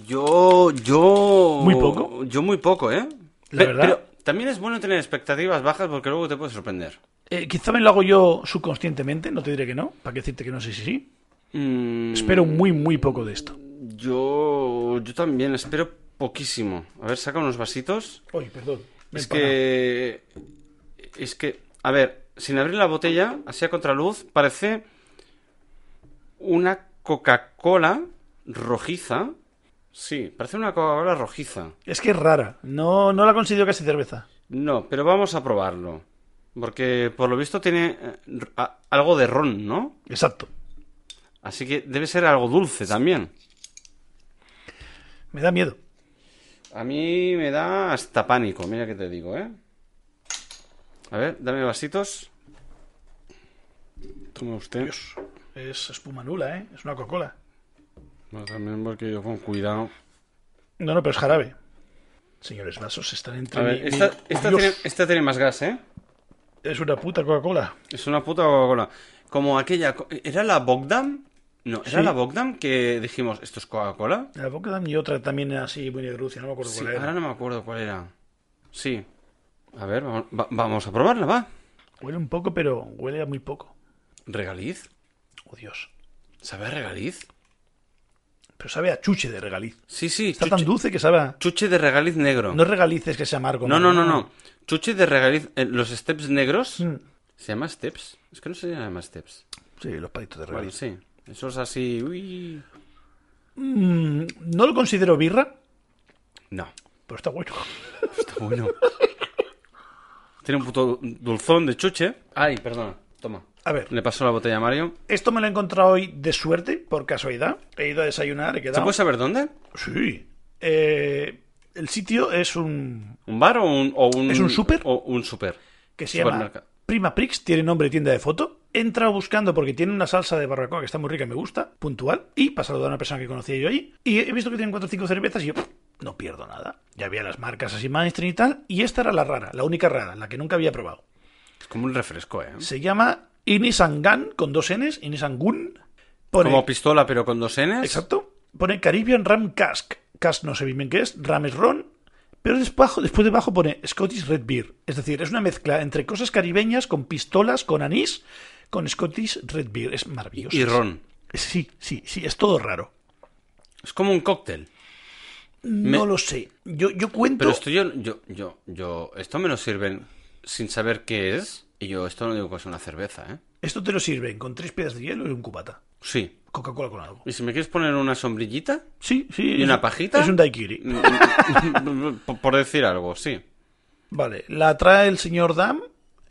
Yo, yo...
¿Muy poco?
Yo muy poco, ¿eh?
La
Pe-
verdad.
Pero también es bueno tener expectativas bajas porque luego te puede sorprender.
Eh, quizá me lo hago yo subconscientemente, no te diré que no, para que decirte que no sé si sí.
Mm,
Espero muy, muy poco de esto.
Yo, yo también espero poquísimo. A ver, saca unos vasitos.
Oye, perdón. me he
Es que... Es que... A ver, sin abrir la botella, así a contraluz, parece una Coca-Cola rojiza. Sí, parece una Coca-Cola rojiza.
Es que es rara. No, no la considero casi cerveza.
No, pero vamos a probarlo. Porque por lo visto tiene eh, r- a- algo de ron, ¿no?
Exacto.
Así que debe ser algo dulce también.
Me da miedo.
A mí me da hasta pánico, mira que te digo, ¿eh? A ver, dame vasitos. Toma usted.
Es espuma nula, ¿eh? Es una Coca-Cola.
No, también porque yo con cuidado.
No, no, pero es jarabe. Señores, vasos están entre
A
mí.
ver, esta, esta
Dios,
tiene, esta tiene más gas, ¿eh?
Es una puta Coca-Cola.
Es una puta Coca-Cola. Como aquella... co- ¿Era la Bogdan? No, ¿era
Sí.
la Bogdan que dijimos, esto es Coca-Cola?
La Bocadam y otra también así muy negrucia, no me acuerdo
Sí,
cuál era.
ahora no me acuerdo cuál era. Sí. A ver, vamos, va- vamos a probarla, va.
Huele un poco, pero huele a muy poco.
¿Regaliz?
Oh, Dios.
¿Sabe a regaliz?
Pero sabe a chuche de regaliz.
Sí, sí.
Está
chuche,
tan dulce que sabe a...
chuche de regaliz negro.
No regalices que sea amargo.
No, no, no, no. Chuche de regaliz... eh, los steps negros...
Mm.
¿Se llama steps? Es que no se llama steps.
Sí, los palitos de
Bueno,
regaliz.
sí. Eso es así... uy.
Mm, no lo considero birra,
No.
pero está bueno.
Está bueno. Tiene un puto dulzón de chuche. Ay, perdona. Toma.
A ver,
Le paso la botella a Mario.
esto me lo he encontrado hoy de suerte, por casualidad. He ido a desayunar, he
¿Se
quedado...
puede saber dónde?
Sí. Eh, el sitio es un...
¿Un bar o un... o un
¿Es un súper?
O un súper.
que se llama
Supermercado.
Prima Prix, tiene nombre de tienda de foto. Entra buscando porque tiene una salsa de barbacoa que está muy rica y me gusta, puntual. Y para saludar a una persona que conocía yo allí. Y he visto que tienen cuatro o cinco cervezas y yo pff, no pierdo nada. Ya había las marcas así mainstream y tal. Y esta era la rara, la única rara, la que nunca había probado.
Es como un refresco, ¿eh?
Se llama Inisangan con dos N's, Inisangun. Pone,
Como pistola, pero con dos Ns.
exacto. Pone Caribbean Ram Cask. Cask no sé bien qué es, Ram es Ron. Pero después, después debajo pone Scottish Red Beer. Es decir, es una mezcla entre cosas caribeñas con pistolas, con anís, con Scottish Red Beer. Es maravilloso.
Y ron.
Sí, sí, sí, es todo raro.
Es como un cóctel.
No lo sé. Yo, yo cuento.
Pero esto yo, yo, yo, yo, esto me lo sirven sin saber qué es. Y yo esto no digo que es una cerveza, ¿eh?
Esto te lo sirven con tres piedras de hielo y un cubata.
Sí.
Coca-Cola con algo.
Y si me quieres poner una sombrillita,
Sí, sí.
¿Y
es-
una pajita? Mm.
Es un daiquiri.
por, por decir algo, sí.
Vale, la trae el señor Dam.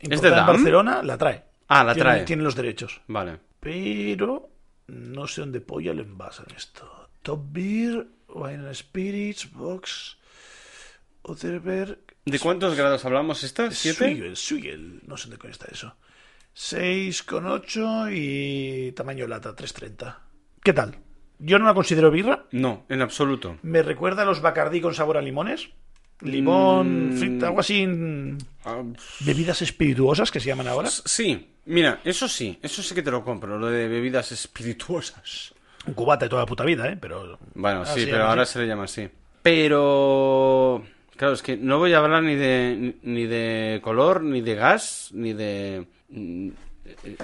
¿Es
importada
de
en
Dam?
Barcelona, la trae.
Ah, la
Tiene-
trae.
Tiene los derechos.
Vale.
Pero no sé dónde polla lo envasan esto. Top Beer, Wine and Spirits, Box, Otherberg,
¿De cuántos grados hablamos esta? ¿Siete?
Swigel, Swigel. No sé dónde coño está eso. 6,8 y tamaño lata, 3,30. ¿Qué tal? Yo no la considero birra.
No, en absoluto.
Me recuerda a los Bacardí con sabor a limones. Limón, frita, algo así. mm,
Ah,
Bebidas espirituosas que se llaman ahora.
Sí, mira, eso sí, eso sí que te lo compro, lo de bebidas espirituosas.
Un cubata de toda la puta vida, ¿eh? Pero.
Bueno,
Ah,
sí,
se
pero
llama
ahora
así.
se le llama así. Pero... Claro, es que no voy a hablar ni de, ni de color, ni de gas, ni de... mm,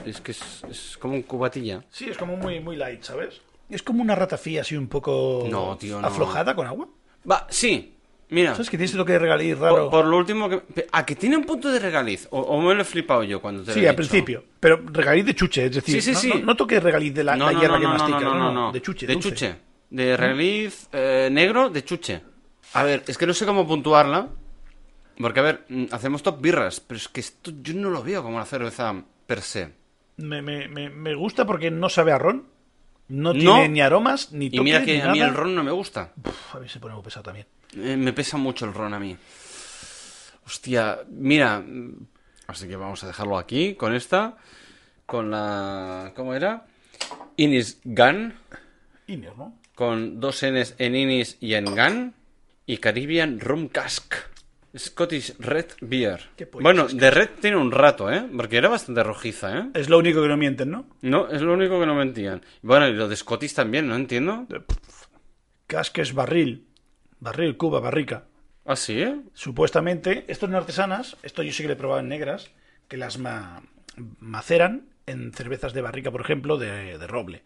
Es que es, es como un cubatilla.
Sí, es como muy, muy light, ¿sabes? Es como una ratafía así un poco
No, tío, no.
aflojada con agua.
Va, sí, mira.
¿Sabes que tienes lo que regalí
Por,
raro?
por lo último que... ¿A que tiene un punto de regaliz? ¿O, o me lo he flipado yo cuando te lo
sí,
he
al
dicho?
principio. Pero regaliz de chuche, es decir,
Sí, sí,
no,
sí.
no- no toques regaliz de la, la hierba que mastica, no, no,
no.
de chuche.
De
dulce.
chuche. De regaliz eh, negro, de chuche. A ver, es que no sé cómo puntuarla. Porque, a ver, mm, hacemos top birras, pero es que esto yo no lo veo como una cerveza per se.
Me, me- me- me gusta porque no sabe a ron. No
No.
tiene ni aromas, ni
Y
toques,
mira que
ni
a mí
nada.
el ron no me gusta.
Uf, a mí se pone muy pesado también.
Eh, me pesa mucho el ron a mí. Hostia, mira. mm, Así que vamos a dejarlo aquí con esta. Con la. ¿Cómo era? Inis Gun.
Y no, ¿no?
Con dos N's en Inis y en Gun. Y Caribbean Rum Cask. Scottish Red Beer.
Qué pollas,
Bueno, de red tiene un rato, ¿eh? Porque era bastante rojiza, ¿eh?
Es lo único que no mienten, ¿no?
No, es lo único que no mentían. Bueno, y lo de Scottish también, no entiendo.
Casques barril. Barril, Cuba, barrica.
Ah, sí, ¿eh?
Supuestamente, estos no artesanas, esto yo sí que lo he probado en negras, que las ma- maceran en cervezas de barrica, por ejemplo, de, de roble.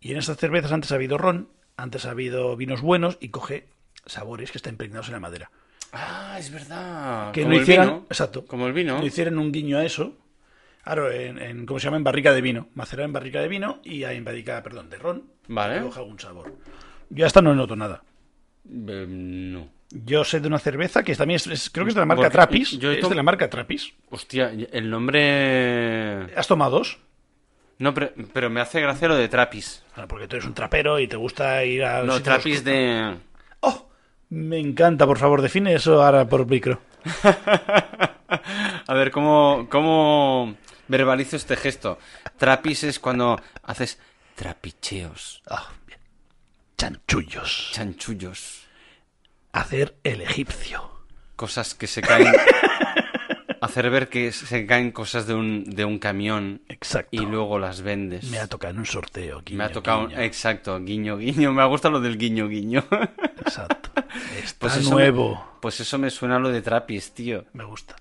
Y en estas cervezas antes ha habido ron, antes ha habido vinos buenos y coge sabores que están impregnados en la madera.
Ah, es verdad.
Que
Como
no
el
hicieran,
vino.
exacto,
Como el vino.
no hicieran un guiño a eso. Claro, en, en- ¿cómo se llama? En barrica de vino. Macerar en barrica de vino y en barrica, perdón, de ron.
Vale.
que coja algún sabor. Yo hasta no noto nada.
Eh, no.
Yo sé de una cerveza que también es, es- creo que es de la marca
Porque
Trapis.
yo he
es
tom-
de la marca Trapis.
Hostia, el nombre...
¿Has tomado dos?
No, pero, pero me hace gracia lo de Trapis.
Bueno, porque tú eres un trapero y te gusta ir a...
No,
sitios-
Trapis de...
¡Oh! Me encanta, por favor, define eso ahora por micro.
A ver, ¿cómo, ¿cómo verbalizo este gesto? Trapis es cuando haces trapicheos,
Ah, bien. Chanchullos.
chanchullos,
Hacer el egipcio.
cosas que se caen. Hacer ver que se caen cosas de un, de un camión
Exacto.
y luego las vendes.
Me ha tocado en un sorteo.
Me
guiño,
ha tocado. eh.
guiño.
Exacto, guiño, guiño. Me gusta lo del guiño, guiño.
Exacto. Está
Pues eso
nuevo.
me- pues eso me suena a lo de Trapis, tío.
Me gusta.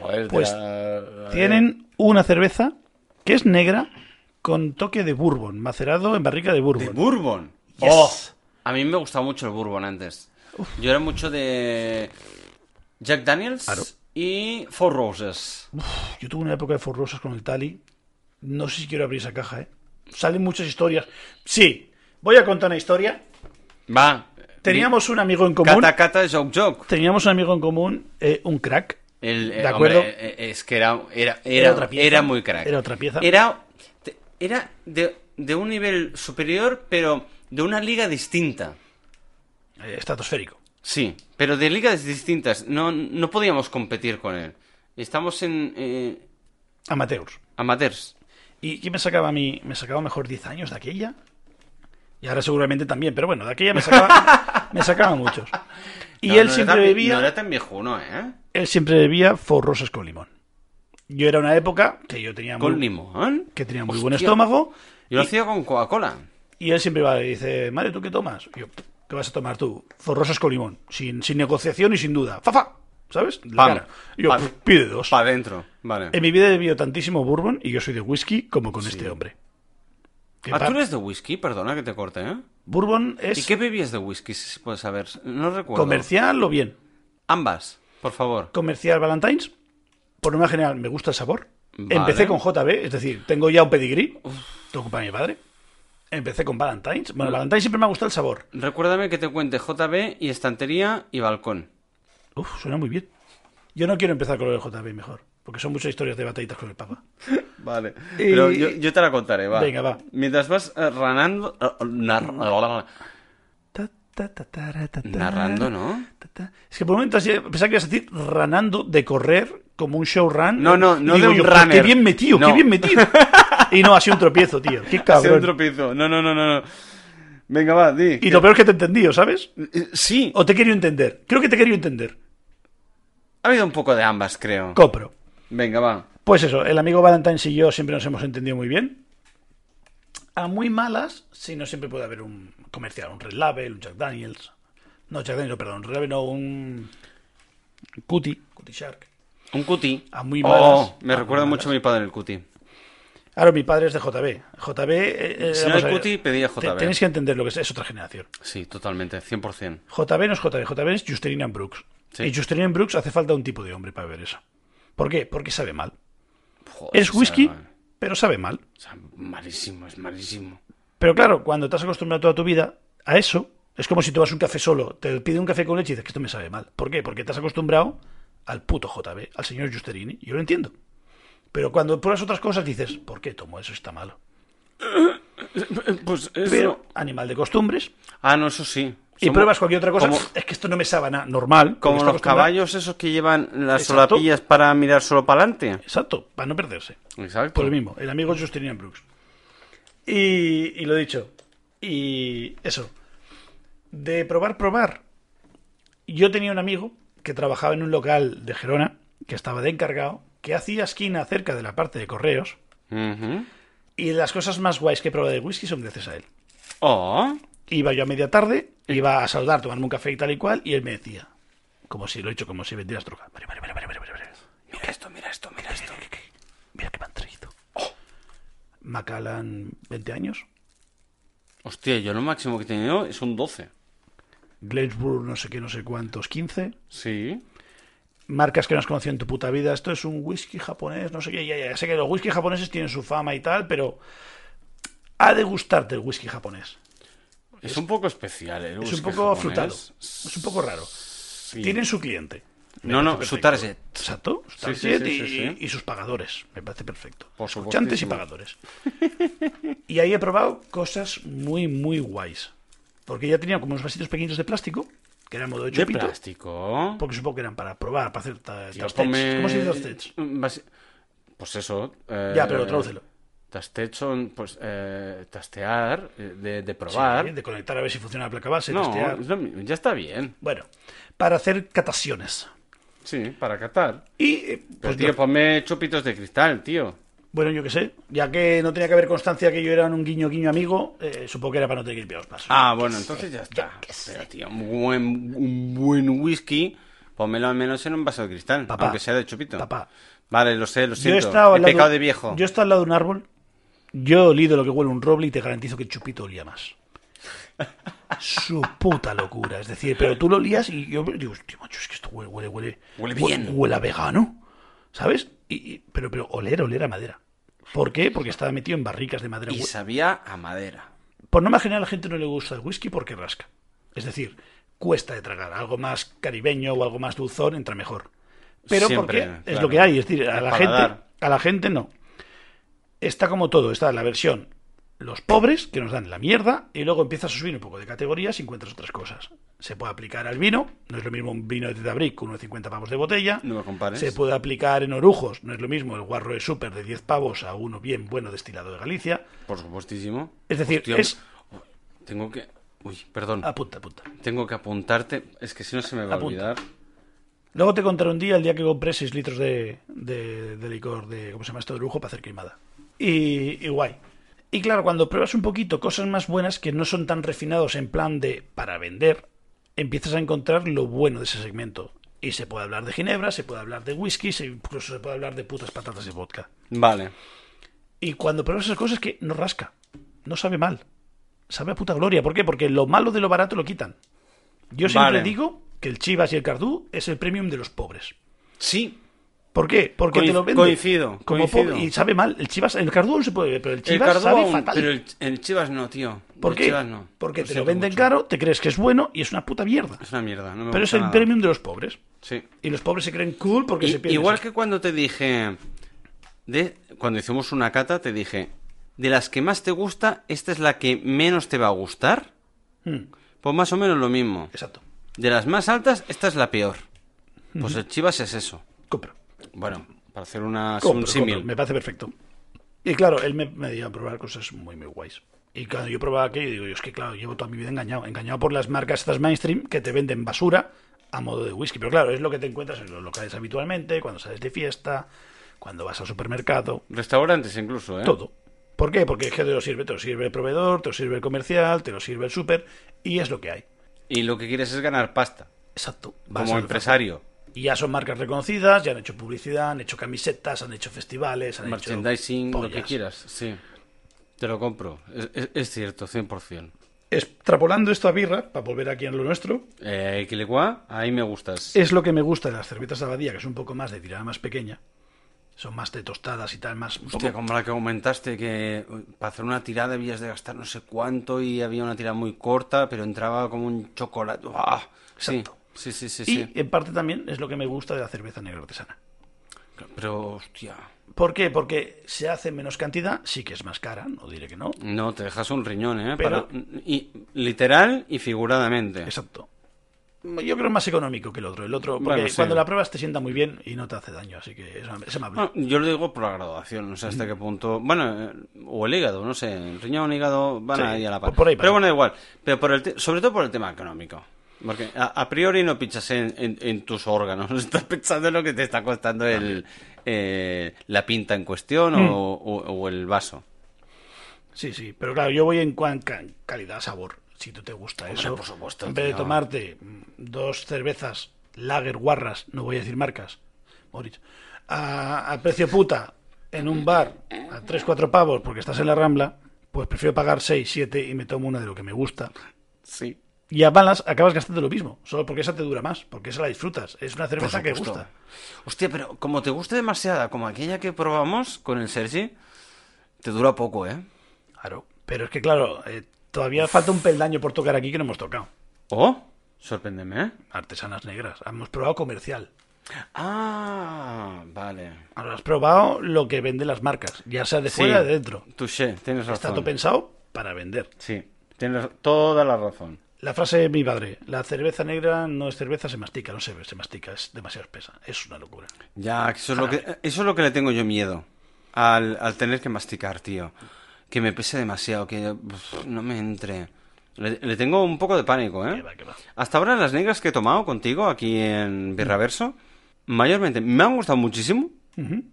Joder, de
Pues
la-
Tienen una cerveza que es negra con toque de bourbon, macerado en barrica de bourbon.
De bourbon.
Yes.
Oh, a mí me gustaba mucho el bourbon antes. Yo era mucho de Jack Daniels
Claro.
y Four Roses.
Yo tuve una época de forrosas con el Tali. No sé si quiero abrir esa caja, ¿eh? Salen muchas historias. Sí, voy a contar una historia.
Va.
Teníamos un amigo en común.
Cata Cata Joke Joke.
Teníamos un amigo en común, eh, un crack.
El, eh,
De acuerdo.
hombre, eh, eh, es que era, era, era,
otra pieza.
era muy crack.
Era otra pieza.
Era, te- era de, de un nivel superior, pero de una liga distinta.
eh, estratosférico.
Sí, pero de ligas distintas. No, no podíamos competir con él. Estamos en eh,
Amateurs.
amateurs.
¿Y quién me sacaba a mí? Me sacaba mejor 10 años de aquella. Y ahora seguramente también, pero bueno, de aquella me sacaba, me sacaba muchos. Y
No,
él
no
siempre
era tan-
bebía.
No era tan viejuno, ¿eh?
Él siempre bebía forrosas con limón. Yo era una época que yo tenía
Con
muy,
limón.
que tenía muy buen
Hostia.
estómago.
Yo lo hacía con Coca-Cola.
Y él siempre va y dice, Mario, ¿tú qué tomas? Y yo, ¿qué vas a tomar tú? Forrosas con limón. Sin, sin negociación y sin duda. ¡Fafa! ¿Sabes? La
Pam.
cara. Y yo,
Pam.
"Pff, pide dos.
Para adentro. Vale.
En mi vida he bebido tantísimo bourbon y yo soy de whisky como con este hombre. Que
Ah,
pa-
tú eres de whisky, perdona que te corte, ¿eh?
Bourbon
¿Y
es
qué bebías de whisky, si se puede saber? No recuerdo.
comercial o bien.
Ambas, por favor.
Comercial Valentine's. Por norma general me gusta el sabor.
Vale.
Empecé con JB, es decir, tengo ya un pedigrí. Tengo culpa de mi padre. Empecé con Valentine's. Bueno, Valentine's siempre me ha gustado el sabor.
Recuérdame que te cuente JB y estantería y balcón.
Uf, suena muy bien. Yo no quiero empezar con lo de JB mejor, porque son muchas historias de batallitas con el Papa.
Vale.
Pero yo- yo
te la contaré,
va. Venga, va.
Mientras vas eh, ranando...
Ta, ta, ta, ta, ra, ta, ta,
Narrando, ¿no?
ta, ta. Es que por un momento así, pensaba que ibas a decir ranando de correr como un showrun.
No, no, no de un
"Pues Qué
runner".
bien metido, qué
No.
bien metido. Y no, así un tropiezo, tío. Qué cabrón.
piso. No, no, no, no. Venga, va, di. Eh,
Y lo peor es que te he entendido, ¿sabes?
Sí.
O te he querido entender. Creo que te he querido entender.
Ha habido un poco de ambas, creo.
Copro.
Venga, va.
Pues eso, el amigo Valentine's y yo siempre nos hemos entendido muy bien. A muy malas, si no siempre puede haber un comercial, un Red Label, un Jack Daniels. No, Jack Daniels, no, perdón, Red Label no, un Cuti, Cuti Shark.
Un cuti.
A Ah, muy
Oh,
malas.
me
A
recuerda
muy
mucho a mi padre el cuti.
Claro, mi padre es de JB. JB... eh, eh,
Si no
vamos
hay
a ver,
Cuti, pedía
te-
JB.
Tenéis que entender lo que es, es otra generación.
Sí, totalmente, 100%.
JB no es JB, JB es Justin and Brooks.
Sí.
Y Justin and Brooks hace falta un tipo de hombre para ver eso. ¿Por qué? Porque sabe mal.
Joder,
Es whisky,
Pues sabe mal.
pero sabe mal.
O sea, malísimo, es malísimo.
Pero claro, cuando te has acostumbrado toda tu vida a eso, es como si tomas un café solo, te pide un café con leche y dices que esto me sabe mal. ¿Por qué? Porque te has acostumbrado al puto JB, al señor Giusterini. Yo lo entiendo. Pero cuando pruebas otras cosas dices, ¿por qué tomo eso? Está malo.
Pues
Pero, animal de costumbres,
Ah, no, eso sí.
y
Somos-
pruebas cualquier otra cosa,
Como,
es que esto no me sabe nada normal. porque
como
está
los
acostumbrado-
caballos esos que llevan las
Exacto.
solapillas para mirar solo para adelante.
Exacto, para no perderse.
Exacto.
Por lo mismo, el amigo Justinian Brooks. Y, y lo dicho. Y eso. De probar, probar. Yo tenía un amigo que trabajaba en un local de Gerona, que estaba de encargado, que hacía esquina cerca de la parte de correos,
Ujú.
y las cosas más guays que he probado de whisky son gracias a él.
Oh,
Iba yo a media tarde, iba a saludar, tomarme un café y tal y cual, y él me decía, como si lo he hecho, como si vendieras troca. Vale, vale, vale, vale, vale, vale, vale.
mira esto, mira esto, mira esto. Oh.
Mira que me han traído. Macallan, 20 años.
Hostia, yo lo máximo que he tenido es un 12.
Glensburg, no sé qué, no sé cuántos, 15.
Sí.
marcas que no has conocido en tu puta vida. Esto es un whisky japonés, no sé qué. Ya, ya, ya sé que los whisky japoneses tienen su fama y tal, pero ha de gustarte el whisky japonés.
Es un poco especial, el
Es
whisky
un poco
japonés.
afrutado, es un poco raro.
Sí.
Tienen su cliente. Me
No, no,
parece
su
perfecto.
target.
Exacto, su
Sí,
target
sí, sí,
y,
sí, sí.
y sus pagadores. Me parece perfecto.
Por
Escuchantes y
supuestísimo.
pagadores. y ahí he probado cosas muy, muy guays. Porque ya tenía como unos vasitos pequeñitos de plástico, que eran modo de
De
chupito.
plástico.
Porque supongo que eran para probar, para hacer ta-
Tío,
tastets.
ponme-
¿Cómo se dice tastets?
Vas- Pues eso. eh,
Ya, pero tradúcelo.
Tastet son, pues, eh, tastear, eh, de, de probar.
Sí, de conectar a ver si funciona la placa base.
no,
testear.
es lo mi- ya está bien.
Bueno, para hacer cataciones.
Sí, para catar.
Y, eh,
Pues,
pues
tío,
no-
ponme chupitos de cristal, tío.
bueno, yo qué sé, ya que no tenía que haber constancia que yo era un guiño guiño amigo, eh, supongo que era para no tener que ir pillados pasos.
Ah, bueno, entonces ya está. Pero, tío, un buen, un buen whisky, pónmelo al menos en un vaso de cristal,
Papá,
aunque sea de chupito.
papá.
Vale, lo sé, lo
yo he
siento.
estado al
he
lado,
pecado de viejo.
Yo he estado al lado de un árbol, yo he olido lo que huele un roble y te garantizo que el chupito olía más. Su puta locura, es decir, pero tú lo olías y yo digo, tío, macho, es que esto huele, huele, huele.
Huele
hue-
bien.
Huele a vegano, ¿sabes? Y, y- pero, pero oler, oler a madera. ¿Por qué? Porque estaba metido en barricas de madera.
Y
Hue-
sabía a madera.
Por norma general, a la gente no le gusta el whisky porque rasca. Es decir, cuesta de tragar. Algo más caribeño o algo más dulzón entra mejor. Pero
Siempre,
porque es
claro.
lo que hay. Es decir, a
El
la,
paladar.
gente, a la gente no. Está como todo. Está la versión los pobres, que nos dan la mierda, y luego empiezas a subir un poco de categorías y encuentras otras cosas. Se puede aplicar al vino. No es lo mismo un vino de Tetabric con unos 50 pavos de botella.
No me compares.
Se puede aplicar en orujos. No es lo mismo el guarro de súper de 10 pavos a uno bien bueno destilado de Galicia.
Por supuestísimo.
Es decir,
Hostia, oh,
es...
Tengo que... Uy, perdón.
Apunta, apunta.
Tengo que apuntarte. Es que si no se me va a
Apunta.
olvidar.
Luego te contaré un día el día que compré 6 litros de, de- de licor de, ¿cómo se llama esto? De lujo para hacer queimada. Y, y guay. Y claro, cuando pruebas un poquito cosas más buenas que no son tan refinados en plan de para vender, empiezas a encontrar lo bueno de ese segmento. Y se puede hablar de ginebra, se puede hablar de whisky, se, incluso se puede hablar de putas patatas de vodka.
Vale.
Y cuando pruebas esas cosas que no rasca, no sabe mal. Sabe a puta gloria. ¿Por qué? Porque lo malo de lo barato lo quitan. Yo siempre
Vale.
digo que el Chivas y el Cardú es el premium de los pobres.
Sí.
¿Por qué? Porque
Coinc-
te lo venden.
coincido,
Como
coincido.
po- Y sabe mal. El Chivas, el Cardú aún se puede ver, pero el
El
Chivas
Cardo
sabe
aún,
fatal.
pero el, el Chivas no, tío.
¿Por
El
qué?
Chivas no.
Porque te lo
siento
venden
mucho.
caro, te crees que es bueno y es una puta mierda.
Es una mierda. No me
Pero es
gusta
el
nada.
premium de los pobres.
Sí.
Y los pobres se creen cool porque
I-
se pierden.
igual que cuando te dije, de, cuando hicimos una cata, te dije, de las que más te gusta, esta es la que menos te va a gustar.
Hmm,
Pues más o menos lo mismo.
exacto.
De las más altas, esta es la peor. Pues el Chivas es eso.
Compro.
Bueno, para hacer una,
Compro,
un
compro. Me
símil.
parece perfecto. Y claro, él me, me dio a probar cosas muy, muy guays. Y cuando yo probaba aquello, digo, yo es que claro, llevo toda mi vida engañado. Engañado por las marcas estas mainstream que te venden basura a modo de whisky. Pero claro, es lo que te encuentras en los locales habitualmente, cuando sales de fiesta, cuando vas al supermercado,
Restaurantes incluso, ¿eh?
todo. ¿Por qué? Porque es que te lo sirve, te lo sirve el proveedor, te lo sirve el comercial, te lo sirve el súper y es lo que hay.
Y lo que quieres es ganar pasta,
Exacto. Vas
como
al-
empresario.
Y ya son marcas reconocidas, ya han hecho publicidad, han hecho camisetas, han hecho festivales, han hecho
Merchandising, lo que
pollas.
quieras, sí. Te lo compro. Es, es- es cierto, 100%.
extrapolando esta birra, para volver aquí a lo nuestro,
Eh, Quilecuá, ahí me gustas.
es lo que me gusta de las cervezas de abadía, que es un poco más de tirada más pequeña. Son más de tostadas y tal, más... un
Hostia,
poco-
como la que comentaste, que eh, para hacer una tirada debías de gastar no sé cuánto y había una tirada muy corta, pero entraba como un chocolate. ¡Buah! Sí,
Exacto.
sí, sí, sí.
y
sí.
en parte también es lo que me gusta de la cerveza negra artesana.
Pero, hostia,
¿Por qué? Porque se hace en menos cantidad, sí que es más cara, no diré que no.
no, te dejas un riñón, ¿eh?
Pero-
Para- y, literal y figuradamente.
Exacto. Yo creo más económico que el otro. El otro, porque
Bueno, sí.
cuando la pruebas te sienta muy bien y no te hace daño, así que es, am- es amable.
Bueno, yo lo digo por la graduación, no sé hasta qué punto. Bueno, eh, o el hígado, no sé. El riñón, hígado, van
Sí,
ahí a la par.
por ahí van.
Pero bueno, da igual. Pero por el te- sobre todo por el tema económico. Porque a, a priori no pinchas en, en- en tus órganos, estás pensando en lo que te está costando el, eh, la pinta en cuestión
Mm.
o, o- o el vaso.
Sí, sí, pero claro, yo voy en cuan- ca- calidad, sabor. Si tú te gusta eso,
por supuesto,
en vez de
tío.
tomarte mm, dos cervezas lager guarras, no voy a decir marcas, Moritz, a, a precio puta en un bar a 3, 4 pavos porque estás en la Rambla, pues prefiero pagar 6, 7 y me tomo una de lo que me gusta.
Sí.
Y a balas acabas gastando lo mismo, solo porque esa te dura más, porque esa la disfrutas. Es una
Por
cerveza que
supuesto.
gusta.
Hostia, pero como te guste demasiada, como aquella que probamos con el Sergi, te dura poco, ¿eh?
Claro. Pero es que, claro, eh, todavía falta un peldaño por tocar aquí que no hemos tocado.
Oh, sorpréndeme, ¿eh?
Artesanas negras. Hemos probado comercial.
Ah, vale.
Ahora has probado lo que venden las marcas, ya sea de fuera o de dentro.
Touché, tienes razón.
Está todo pensado para vender.
Sí, tienes toda la razón.
La frase de mi padre, la cerveza negra no es cerveza, se mastica, no se ve, se mastica, es demasiado espesa. Es una locura.
Ya, que eso es lo que, eso es lo que le tengo yo miedo. Al, al tener que masticar, tío. Que me pese demasiado, que uf, no me entre. Le, le tengo un poco de pánico,
Que
¿eh?
va, que va.
Hasta ahora las negras que he tomado contigo aquí en Birraverso, mayormente me han gustado muchísimo.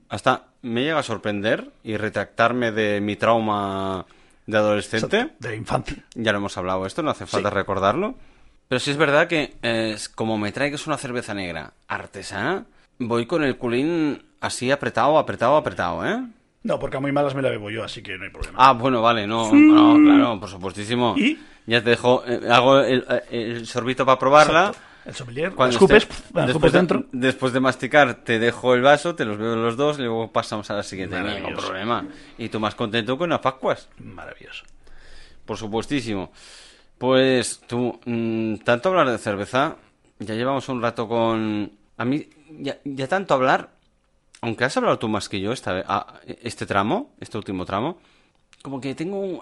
Hasta me llega a sorprender y retractarme de mi trauma de adolescente.
Exacto, De la infancia.
Ya lo hemos hablado esto, no hace falta recordarlo. Pero sí es verdad que eh, es- como me traigas una cerveza negra artesana, voy con el culín así apretado, apretado, apretado, ¿eh?
No, porque a muy malas me la bebo yo, así que no hay problema.
Ah, bueno, vale, no, no, claro, por supuestísimo.
¿Y?
Ya te dejo, eh, hago el, el sorbito para probarla.
Exacto. El sommelier,
Ah, Cuando
escupes,
esté-
pf, la escupes
después de,
dentro.
Después de masticar, te dejo el vaso, te los veo los dos y luego pasamos a la siguiente. No hay ningún
Maravilloso.
problema. Y tú más contento con unas pascuas.
Maravilloso.
Por supuestísimo. Pues tú, mm, tanto hablar de cerveza, ya llevamos un rato con... A mí, ya, ya tanto hablar, aunque has hablado tú más que yo esta, ve- a- este tramo, este último tramo, como que tengo un...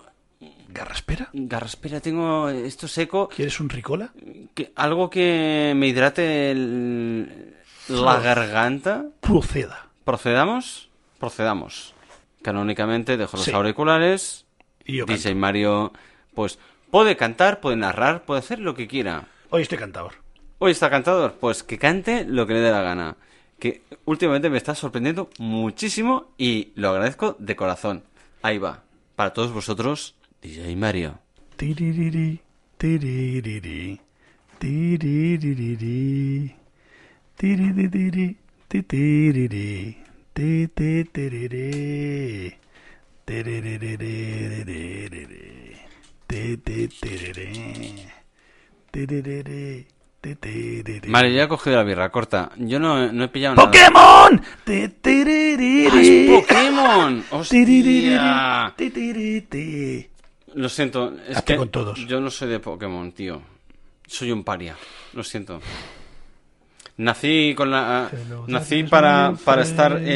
¿Garraspera?
Garraspera, tengo esto seco,
¿Quieres un ricola?
que- algo que me hidrate el- la garganta.
Proceda.
¿Procedamos? Procedamos. Canónicamente dejo los
Sí.
auriculares,
Y yo
DJ Mario, pues puede cantar, puede narrar, puede hacer lo que quiera.
canto. Hoy estoy cantador.
Hoy está cantador, pues que cante lo que le dé la gana. Que últimamente me está sorprendiendo muchísimo y lo agradezco de corazón. Ahí va. Para todos vosotros, DJ Mario.
Tiririri, tiririri, tiriririri, tiriririri, titiriri, tititiriri, tiririririririri, tititiriri, tiririri, titiriri.
Mario, ya he cogido la birra corta. Yo no, no he pillado nada.
¡Pokémon! Titiririri.
¡Ah, es ¡Pokémon!
Tiriririri,
¡Hostia!
titiriti.
Lo siento, es
Hazte
que
con todos.
yo no soy de Pokémon, tío. Soy un paria, lo siento. Nací con la ah, nací para, para estar en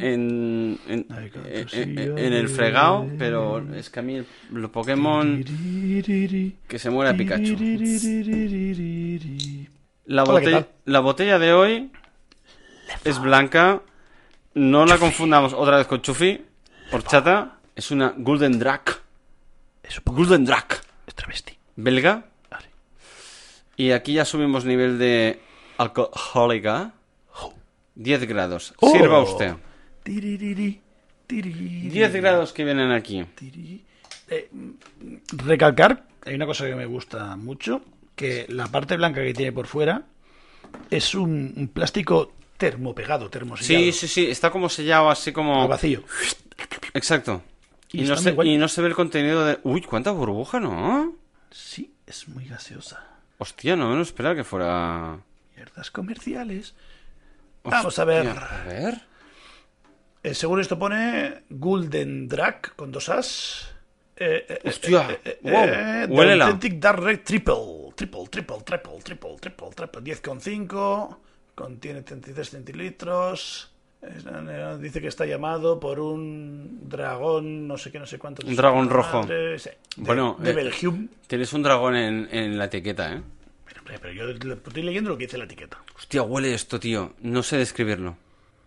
en, en, en- en- en el fregado, pero es que a mí el- los Pokémon que se muera Pikachu. La
Hola, ¿qué
botella,
tal?
la botella de hoy es blanca. No la confundamos otra vez con Chufi. Horchata es una Golden Drac.
Es un poco...
Golden Drac
Es travesti.
belga.
Vale.
Y aquí ya subimos nivel de alcohólica. 10 grados.
Oh.
Sirva usted.
Tiririri, tiriri,
10 grados que vienen aquí.
tiri.
Eh, recalcar, hay una cosa que me gusta mucho, que la parte blanca que tiene por fuera es un, un plástico termopegado, termosillado,
Sí, sí, sí. Está como sellado así
al
como...
vacío.
Exacto.
Y
Y, no
está
se,
muy guay.
y no se ve el contenido de... Uy, cuánta burbuja, ¿no?
Sí, es muy gaseosa.
Hostia, no me lo esperaba que fuera...
Mierdas comerciales. Vamos a ver.
A ver.
Eh, según esto pone Golden Drag con dos as. Eh, eh, eh,
Hostia,
eh,
wow,
eh, The
huélela.
Authentic Dark Red Triple. Triple, triple, triple, triple, triple, triple. 10,5. Contiene 33 centilitros. Es- eh, Dice que está llamado por un dragón, no sé qué, no sé cuánto.
Un dragón rojo.
Madre, sí, de-
Bueno,
de
eh,
Belgium.
Tienes un dragón en, en la etiqueta, ¿eh?
Pero, hombre, pero yo le- estoy leyendo lo que dice la etiqueta.
Hostia, huele esto, tío. No sé describirlo.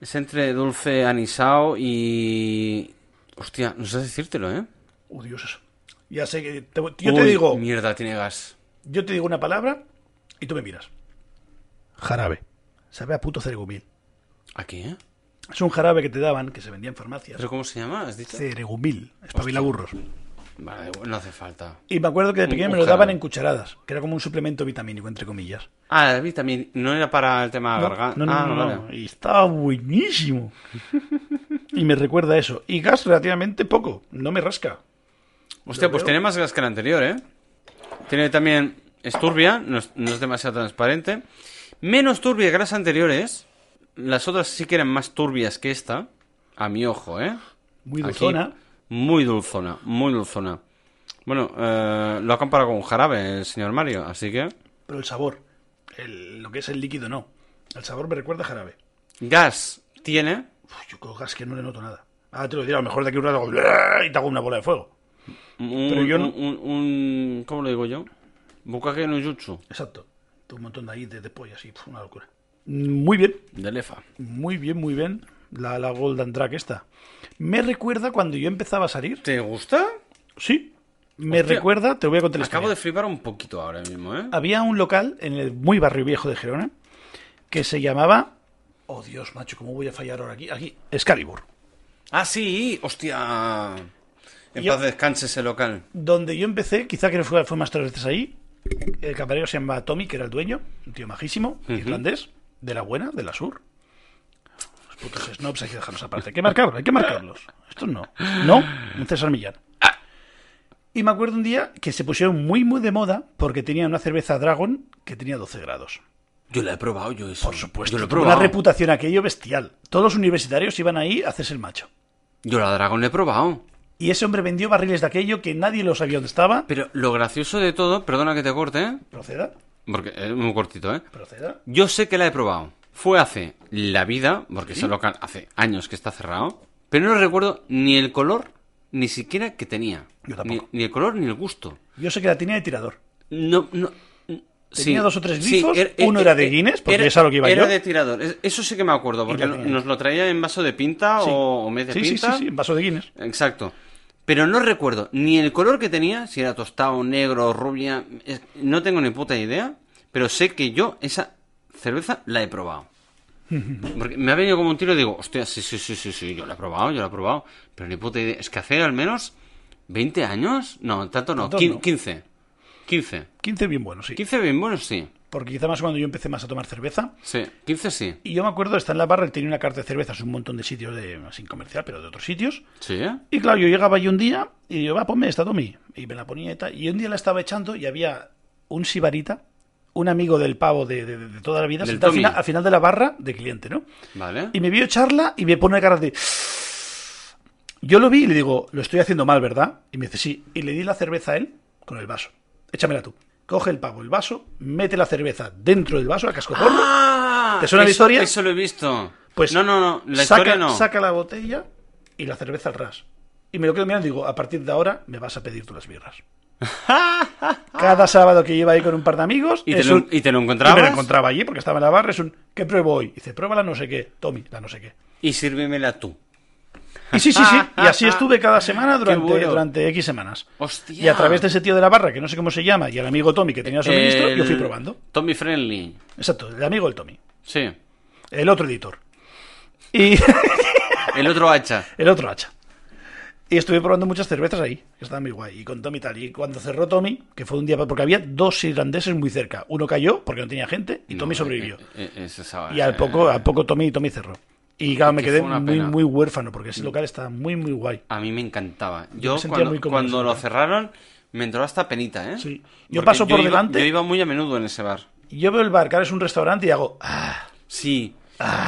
Es entre dulce anisao y... Hostia, no sé decírtelo, ¿eh?
Uh, Dios. Ya sé que. te- yo te
Uy,
digo.
Mierda, tiene gas.
Yo te digo una palabra Y tú me miras. Jarabe. Sabe a puto ceregumil.
Aquí, ¿eh?
Es un jarabe que te daban, que se vendía en farmacias.
¿Pero cómo se llama? ¿Has dicho?
Ceregumil. Espabilaburros.
Vale, no hace falta.
Y me acuerdo que de
Un-
pequeño
un
me lo daban
jarabe.
en cucharadas, que era como un suplemento vitamínico, entre comillas.
Ah, la vitamina. No era para el tema garganta.
No, no,
ah,
no, no,
vale.
no. Y estaba buenísimo. y me recuerda a eso. Y gas relativamente poco. No me rasca.
Hostia, pues
veo.
tiene más gas que el anterior, ¿eh? Tiene también. Es turbia, no es, no es demasiado transparente. Menos turbia que las anteriores. Las otras sí que eran más turbias que esta. A mi ojo, ¿eh?
Muy
Aquí,
dulzona.
muy dulzona, muy dulzona. Bueno, eh, lo ha comparado con un jarabe el señor Mario, así que.
Pero el sabor, el- lo que es el líquido, no. El sabor me recuerda a jarabe.
Gas tiene.
Uf, Pues yo con gas que no le noto nada. Ah, te lo diré, a lo mejor de aquí un rato hago "Bla", y te hago una bola de fuego.
Un,
Pero yo no-
un, un- un- ¿Cómo lo digo yo? Bukake no jutsu.
Exacto. Tengo un montón de ahí de, de pollo así, pf, una locura. Mm, Muy bien,
De lefa.
muy bien, muy bien. La, la Golden Drag esta. Me recuerda cuando yo empezaba a salir.
¿Te gusta?
Sí. Me
Hostia.
recuerda, te voy a contar la
Acabo
historia.
de flipar un poquito ahora mismo, ¿eh?
Había un local en el muy barrio viejo de Gerona que se llamaba... Oh, Dios, macho, ¿cómo voy a fallar ahora aquí? Aquí, Excalibur.
Ah, sí, hostia. En
Yo-
paz descanse ese local.
donde yo empecé, quizá que fue, fue más tres veces ahí, el camarero se llamaba Tommy, que era el dueño, un tío majísimo, irlandés, de la buena, de la sur. Los putos snobs hay que dejarlos aparte. Hay que marcarlos, hay que marcarlos. Estos no. No, un César Millán. Y me acuerdo un día que se pusieron muy, muy de moda porque tenían una cerveza Dragon que tenía 12 grados.
Yo la he probado, yo eso.
Por supuesto,
Yo lo he
tuvo una
probado.
reputación aquello bestial. Todos los universitarios iban ahí a hacerse el macho.
Yo la dragón la he probado.
Y ese hombre vendió barriles de aquello que nadie lo sabía dónde estaba.
Pero lo gracioso de todo, perdona que te corte, ¿eh?
Proceda,
Porque es muy cortito, ¿eh?
proceda.
Yo sé que la he probado. Fue hace la vida, porque ese local hace años que está cerrado, pero no recuerdo ni el color, ni siquiera que tenía.
Yo
ni,
tampoco.
ni el color, ni el gusto.
Yo sé que la tenía de tirador.
No, no. mm,
Tenía dos o tres grifos, uno era de Guinness, porque es a lo que iba
er, era
yo.
de tirador. Es- Eso sí que me acuerdo, porque
la tenía.
nos lo traía en vaso de pinta
Sí.
o, o media
sí, sí,
pinta.
sí, sí, en vaso de Guinness.
Exacto. Pero no recuerdo ni el color que tenía, si era tostado, negro, rubia, es- no tengo ni puta idea, pero sé que yo esa cerveza la he probado. Porque me ha venido como un tiro y digo, hostia, sí, sí, sí, sí, sí, yo la he probado, yo la he probado, pero ni puta idea. Es que hace al menos 20 años, no, tanto no,
Tanto
quin-
no.
15. 15.
15 bien bueno, sí.
15 bien buenos, sí.
Porque quizá más cuando yo empecé más a tomar cerveza.
Sí, 15 sí.
Y yo me acuerdo, está en la barra, él tenía una carta de cervezas, un montón de sitios, de, sin comercial, pero de otros sitios.
Sí, ¿eh?
Y claro, yo llegaba allí un día y yo, va, ponme esta, Tommy. Y me la ponía y tal. Y un día la estaba echando y había un sibarita, un amigo del pavo de, de- de toda la vida,
Del
sentado al
Tommy.
final, al final de la barra de cliente, ¿no?
Vale.
Y me vio echarla y me pone cara de. Yo lo vi y le digo, lo estoy haciendo mal, ¿verdad? Y me dice, sí. Y le di la cerveza a él con el vaso. Échamela tú. Coge el pavo, el vaso, mete la cerveza dentro del vaso, a cascoporro,
¡Ah!
¿Te suena la
Eso-
historia?
Eso lo he visto.
Pues
no, no, no, la
saca,
historia no.
saca la botella y la cerveza al ras. Y me lo quedo mirando y digo, a partir de ahora me vas a pedir tú las birras. Cada sábado que lleva ahí con un par de amigos.
¿Y te,
es
lo,
un-
¿Y te lo
y me lo
encontrabas?
encontraba allí porque estaba en la barra. Es un, ¿qué pruebo hoy? Y dice, pruébala no sé qué. Tommy, la no sé qué.
Y sírvemela tú.
Y sí, sí, sí. Y así estuve cada semana durante,
bueno. Oh,
durante X semanas.
Hostia.
Y a través de ese tío de la barra, que no sé cómo se llama, y al amigo Tommy que tenía suministro, yo fui
El
probando.
Tommy Friendly.
Exacto, el amigo del Tommy.
Sí.
El otro editor. Y
El otro hacha.
el otro hacha. Y estuve probando muchas cervezas ahí, que estaban muy guay. Y con Tommy tal. Y cuando cerró Tommy, que fue un día, porque había dos irlandeses muy cerca. Uno cayó porque no tenía gente y Tommy
No,
sobrevivió.
eh, eh, ese sábado,
Y al
eh,
poco, al poco Tommy, Tommy cerró. Y claro, me
que
quedé
fue una
muy,
pena.
muy huérfano, porque ese local estaba muy, muy guay.
A mí me encantaba. Yo
me sentía
cuando,
muy cómodo
cuando
en ese
lo
lugar.
cerraron me entró hasta penita, ¿eh?
Sí. Yo paso por
iba-
delante.
Yo iba muy a menudo en ese bar.
Y yo veo el bar, que ahora es un restaurante, y hago, ah,
Sí.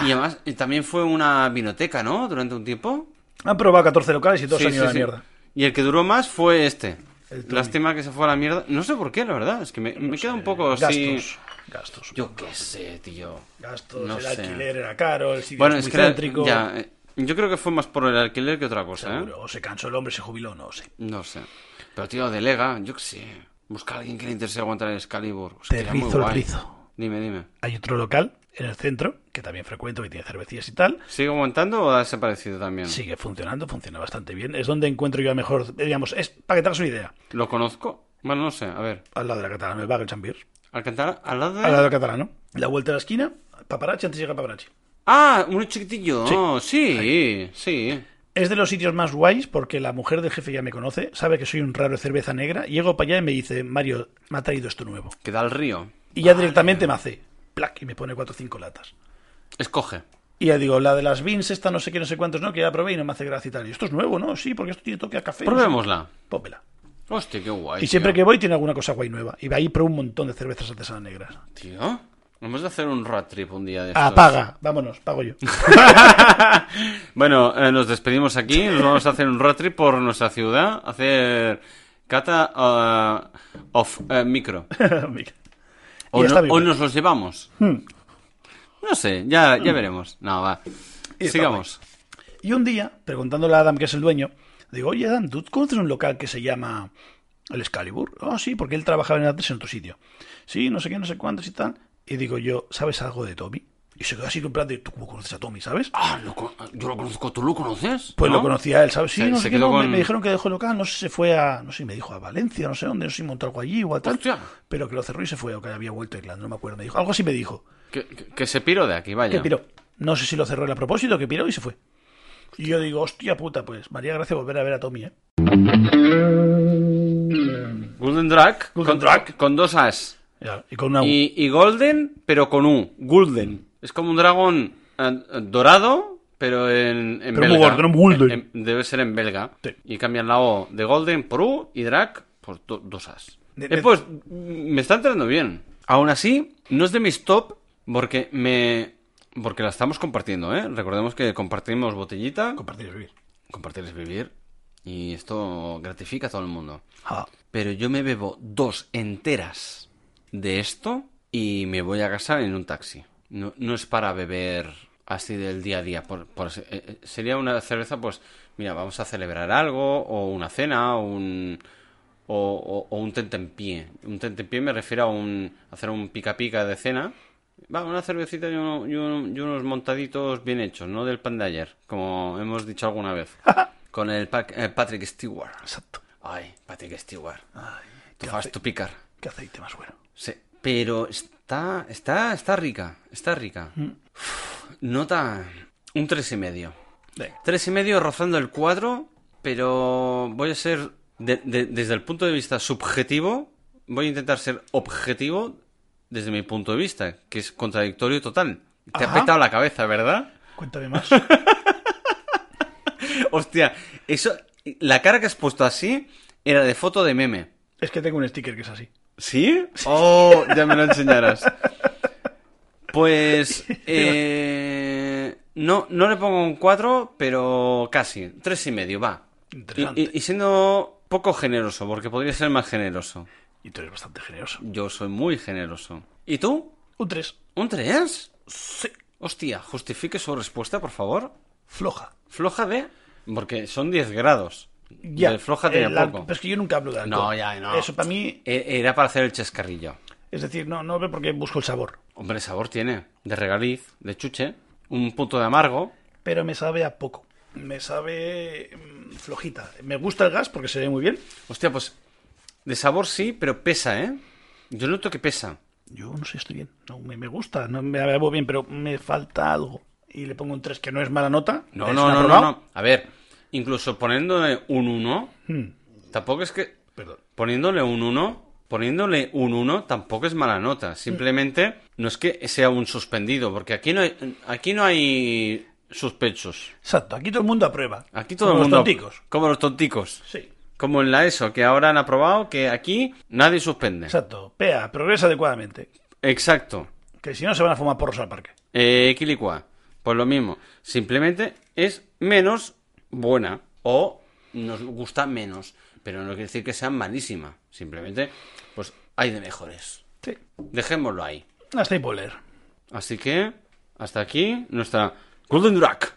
Y además eh, también fue una vinoteca, ¿no? Durante un tiempo.
han probado 14 locales y todos
Sí,
se han ido
sí,
a la
sí.
mierda.
Y el que duró más fue este.
El Tommy.
Lástima que se fue a la mierda. No sé por qué, la verdad. Es que me, me queda un poco así.
gastos, gastos.
Pues Yo qué sé, tío.
gastos,
No
el
sé.
alquiler era caro, el sitio
Bueno,
es
es
muy
que era-
céntrico.
ya, eh, yo creo que fue más por el alquiler que otra cosa, ¿eh?
Seguro, O se cansó el hombre, se jubiló, no sé.
No sé. Pero tío, delega, yo qué sé. Busca a alguien que le interese aguantar el Excalibur.
Te
Hostia, muy
rizo el
guay.
rizo.
Dime, dime.
Hay otro local en el centro, que también frecuento, que tiene cervecillas y tal.
¿Sigue aguantando o ha desaparecido también?
Sigue funcionando, funciona bastante bien. Es donde encuentro yo a mejor, eh, digamos, es para que te hagas una idea.
¿Lo conozco? Bueno, no sé, a ver.
Al lado de la catalana, el Bagel Champiers.
Alcantara, al lado de...
Al lado catalano. La vuelta a la esquina, paparazzi, antes llega paparazzi.
Ah, uno chiquitillo.
Sí.
Oh, Sí, sí.
Es de los sitios más guays porque la mujer del jefe ya me conoce, sabe que soy un raro de cerveza negra, llego para allá y me dice, Mario, me ha traído esto nuevo.
Que da al río.
Y ya directamente me hace, plac, y me pone cuatro o cinco latas.
Escoge.
Y ya digo, la de las beans, esta no sé qué, no sé cuántos, no, que ya la probé y no me hace gracia y tal. Y esto es nuevo, ¿no? Sí, porque esto tiene toque a café. no sé".
Probémosla.
Pómela.
Hostia, qué guay.
Y siempre que
tío.
voy tiene alguna cosa guay nueva. Y ahí pruebo un montón de cervezas artesanas negras.
Tío, vamos a hacer un road trip un día de estos.
Apaga, vámonos, pago yo.
Bueno, eh, nos despedimos aquí. Nos vamos a hacer un road trip por nuestra ciudad. Hacer cata ah, off eh, micro.
Mira. Hmm.
O,
Y está
no-
bien.
o nos los llevamos. No sé, ya, ya veremos. No, va.
Mm. Y está
Sigamos.
Y un día, preguntándole a Adam, que es el dueño, digo, oye Adam, ¿tú conoces un local que se llama El Excalibur? Ah, sí, porque él trabajaba en antes en tu sitio. Sí, no sé qué, no sé cuántos y tal. Y digo yo, ¿sabes algo de Tommy? Y se quedó así en plan de, ¿tú cómo conoces a Tommy, sabes?
Ah, lo co- yo lo conozco. ¿Tú lo conoces?
Pues
¿No?
lo conocía él, ¿sabes? Sí,
Se-
no
se
sé qué,
quedó
no, me-
con-
me dijeron que dejó el local, no sé, se fue a, no sé, me dijo a Valencia, no sé dónde, no sé si montó algo allí o a tal.
Hostia.
Pero que lo cerró y se fue, o que había vuelto a Irlanda, no me acuerdo, me dijo. Algo así me dijo.
Que, que- que se piro de aquí, vaya.
que piró. No sé si lo cerró él a propósito, que piró y se fue. Y yo digo, hostia puta, pues, María Gracia volver a ver a Tommy, ¿eh?
Golden Drag.
Golden
con,
Drag.
Con dos as.
Ya, Y con una U.
Y, y Golden, pero con U. Golden. Es como un dragón eh, eh, dorado, pero en, en
Pero muy
belga.
gordo, ¿no? Golden.
En- en- debe ser en belga.
Sí.
Y cambian la O de Golden por U y Drag por do- dos as.
De-
Eh,
de-
pues mm, me está entrando bien. Aún así, no es de mis top porque me... Porque la estamos compartiendo, ¿eh? Recordemos que compartimos botellita,
Compartir es vivir.
compartir es vivir y esto gratifica a todo el mundo.
Ja.
Pero yo me bebo dos enteras de esto y me voy a casa en un taxi. No, no es para beber así del día a día. por- por así- eh, eh, sería una cerveza, pues, mira, vamos a celebrar algo, o una cena, o un, o, o- o un tentempié. Un tentempié me refiero a un, hacer un pica pica de cena. Va, una cervecita y, uno- y un- y unos montaditos bien hechos, no del pan de ayer, como hemos dicho alguna vez. Con el Pac- eh, Patrick Stewart.
Exacto.
Ay, Patrick Stewart.
Ay,
Tú
qué,
vas
ace-
tu picar.
qué aceite más bueno.
Sí, pero está, está, está rica, está rica. Uf, nota un tres y medio.
Venga.
Tres y medio rozando el 4, pero voy a ser, de- de- desde el punto de vista subjetivo, voy a intentar ser objetivo desde mi punto de vista, que es contradictorio total. Te
Ajá.
ha petado la cabeza, ¿verdad?
Cuéntame más.
Hostia, eso, la cara que has puesto así era de foto de meme.
es que tengo un sticker que es así.
¿Sí? Oh, ya me lo enseñarás. Pues. eh, no, no le pongo un 4, pero casi. Tres y medio, va. Y,
Interesante.
y- y siendo poco generoso, porque podría ser más generoso.
Y tú eres bastante generoso.
Yo soy muy generoso. ¿Y tú?
Un 3.
¿Un 3?
Sí.
Hostia, justifique su respuesta, por favor.
Floja.
Floja de. Porque son 10 grados.
Ya.
De floja tenía
El al-
poco.
Pero es que yo nunca hablo de alcohol.
No, ya, no.
Eso para mí,
E- Era para hacer el chascarrillo.
es decir, no, no veo porque busco el sabor.
Hombre, sabor tiene. De regaliz, de chuche, un punto de amargo.
Pero me sabe a poco. Me sabe mm, flojita. Me gusta el gas porque se ve muy bien.
Hostia, pues de sabor sí, pero pesa, ¿eh? Yo noto que pesa.
Yo no sé, estoy bien. No, me, me gusta, no me la bebo bien, pero me falta algo. Y le pongo un 3, que no es mala nota.
No,
es
no,
un
no, no,
aprobado.
no. A ver, incluso poniéndole un 1,
Hmm,
tampoco es que...
perdón.
Poniéndole un 1, poniéndole un 1 tampoco es mala nota. Simplemente no es que sea un suspendido, porque aquí no hay, aquí no hay sospechosos.
Exacto, aquí todo el mundo aprueba.
Aquí todo
Como
el mundo...
Los tonticos.
Como los tonticos.
Sí,
Como en la ESO, que ahora han aprobado que aquí nadie suspende.
exacto. PEA, progresa adecuadamente.
Exacto.
Que si no se van a fumar porros al parque.
Eh, Quilicua, pues lo mismo. Simplemente es menos buena o nos gusta menos. Pero no quiere decir que sea malísima. Simplemente, pues hay de mejores.
Sí,
Dejémoslo ahí.
hasta ahí puedo leer.
Así que, hasta aquí nuestra Golden Drag.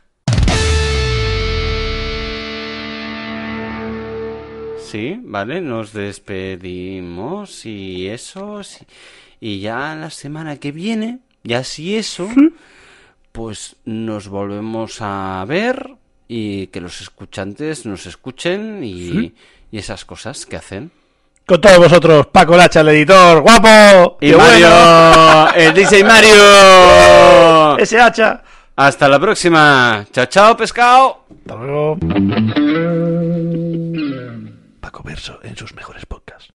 Sí, vale, nos despedimos y eso, sí. y ya la semana que viene, ya si eso, pues nos volvemos a ver y que los escuchantes nos escuchen y, y esas cosas que hacen.
Con todos vosotros, Paco Lacha, el editor, guapo.
Y
¡Qué
Mario, el DJ Mario.
bueno! Ese hacha.
Hasta la próxima. Chao, chao, pescado.
Hasta luego. Paco Verso en sus mejores podcasts.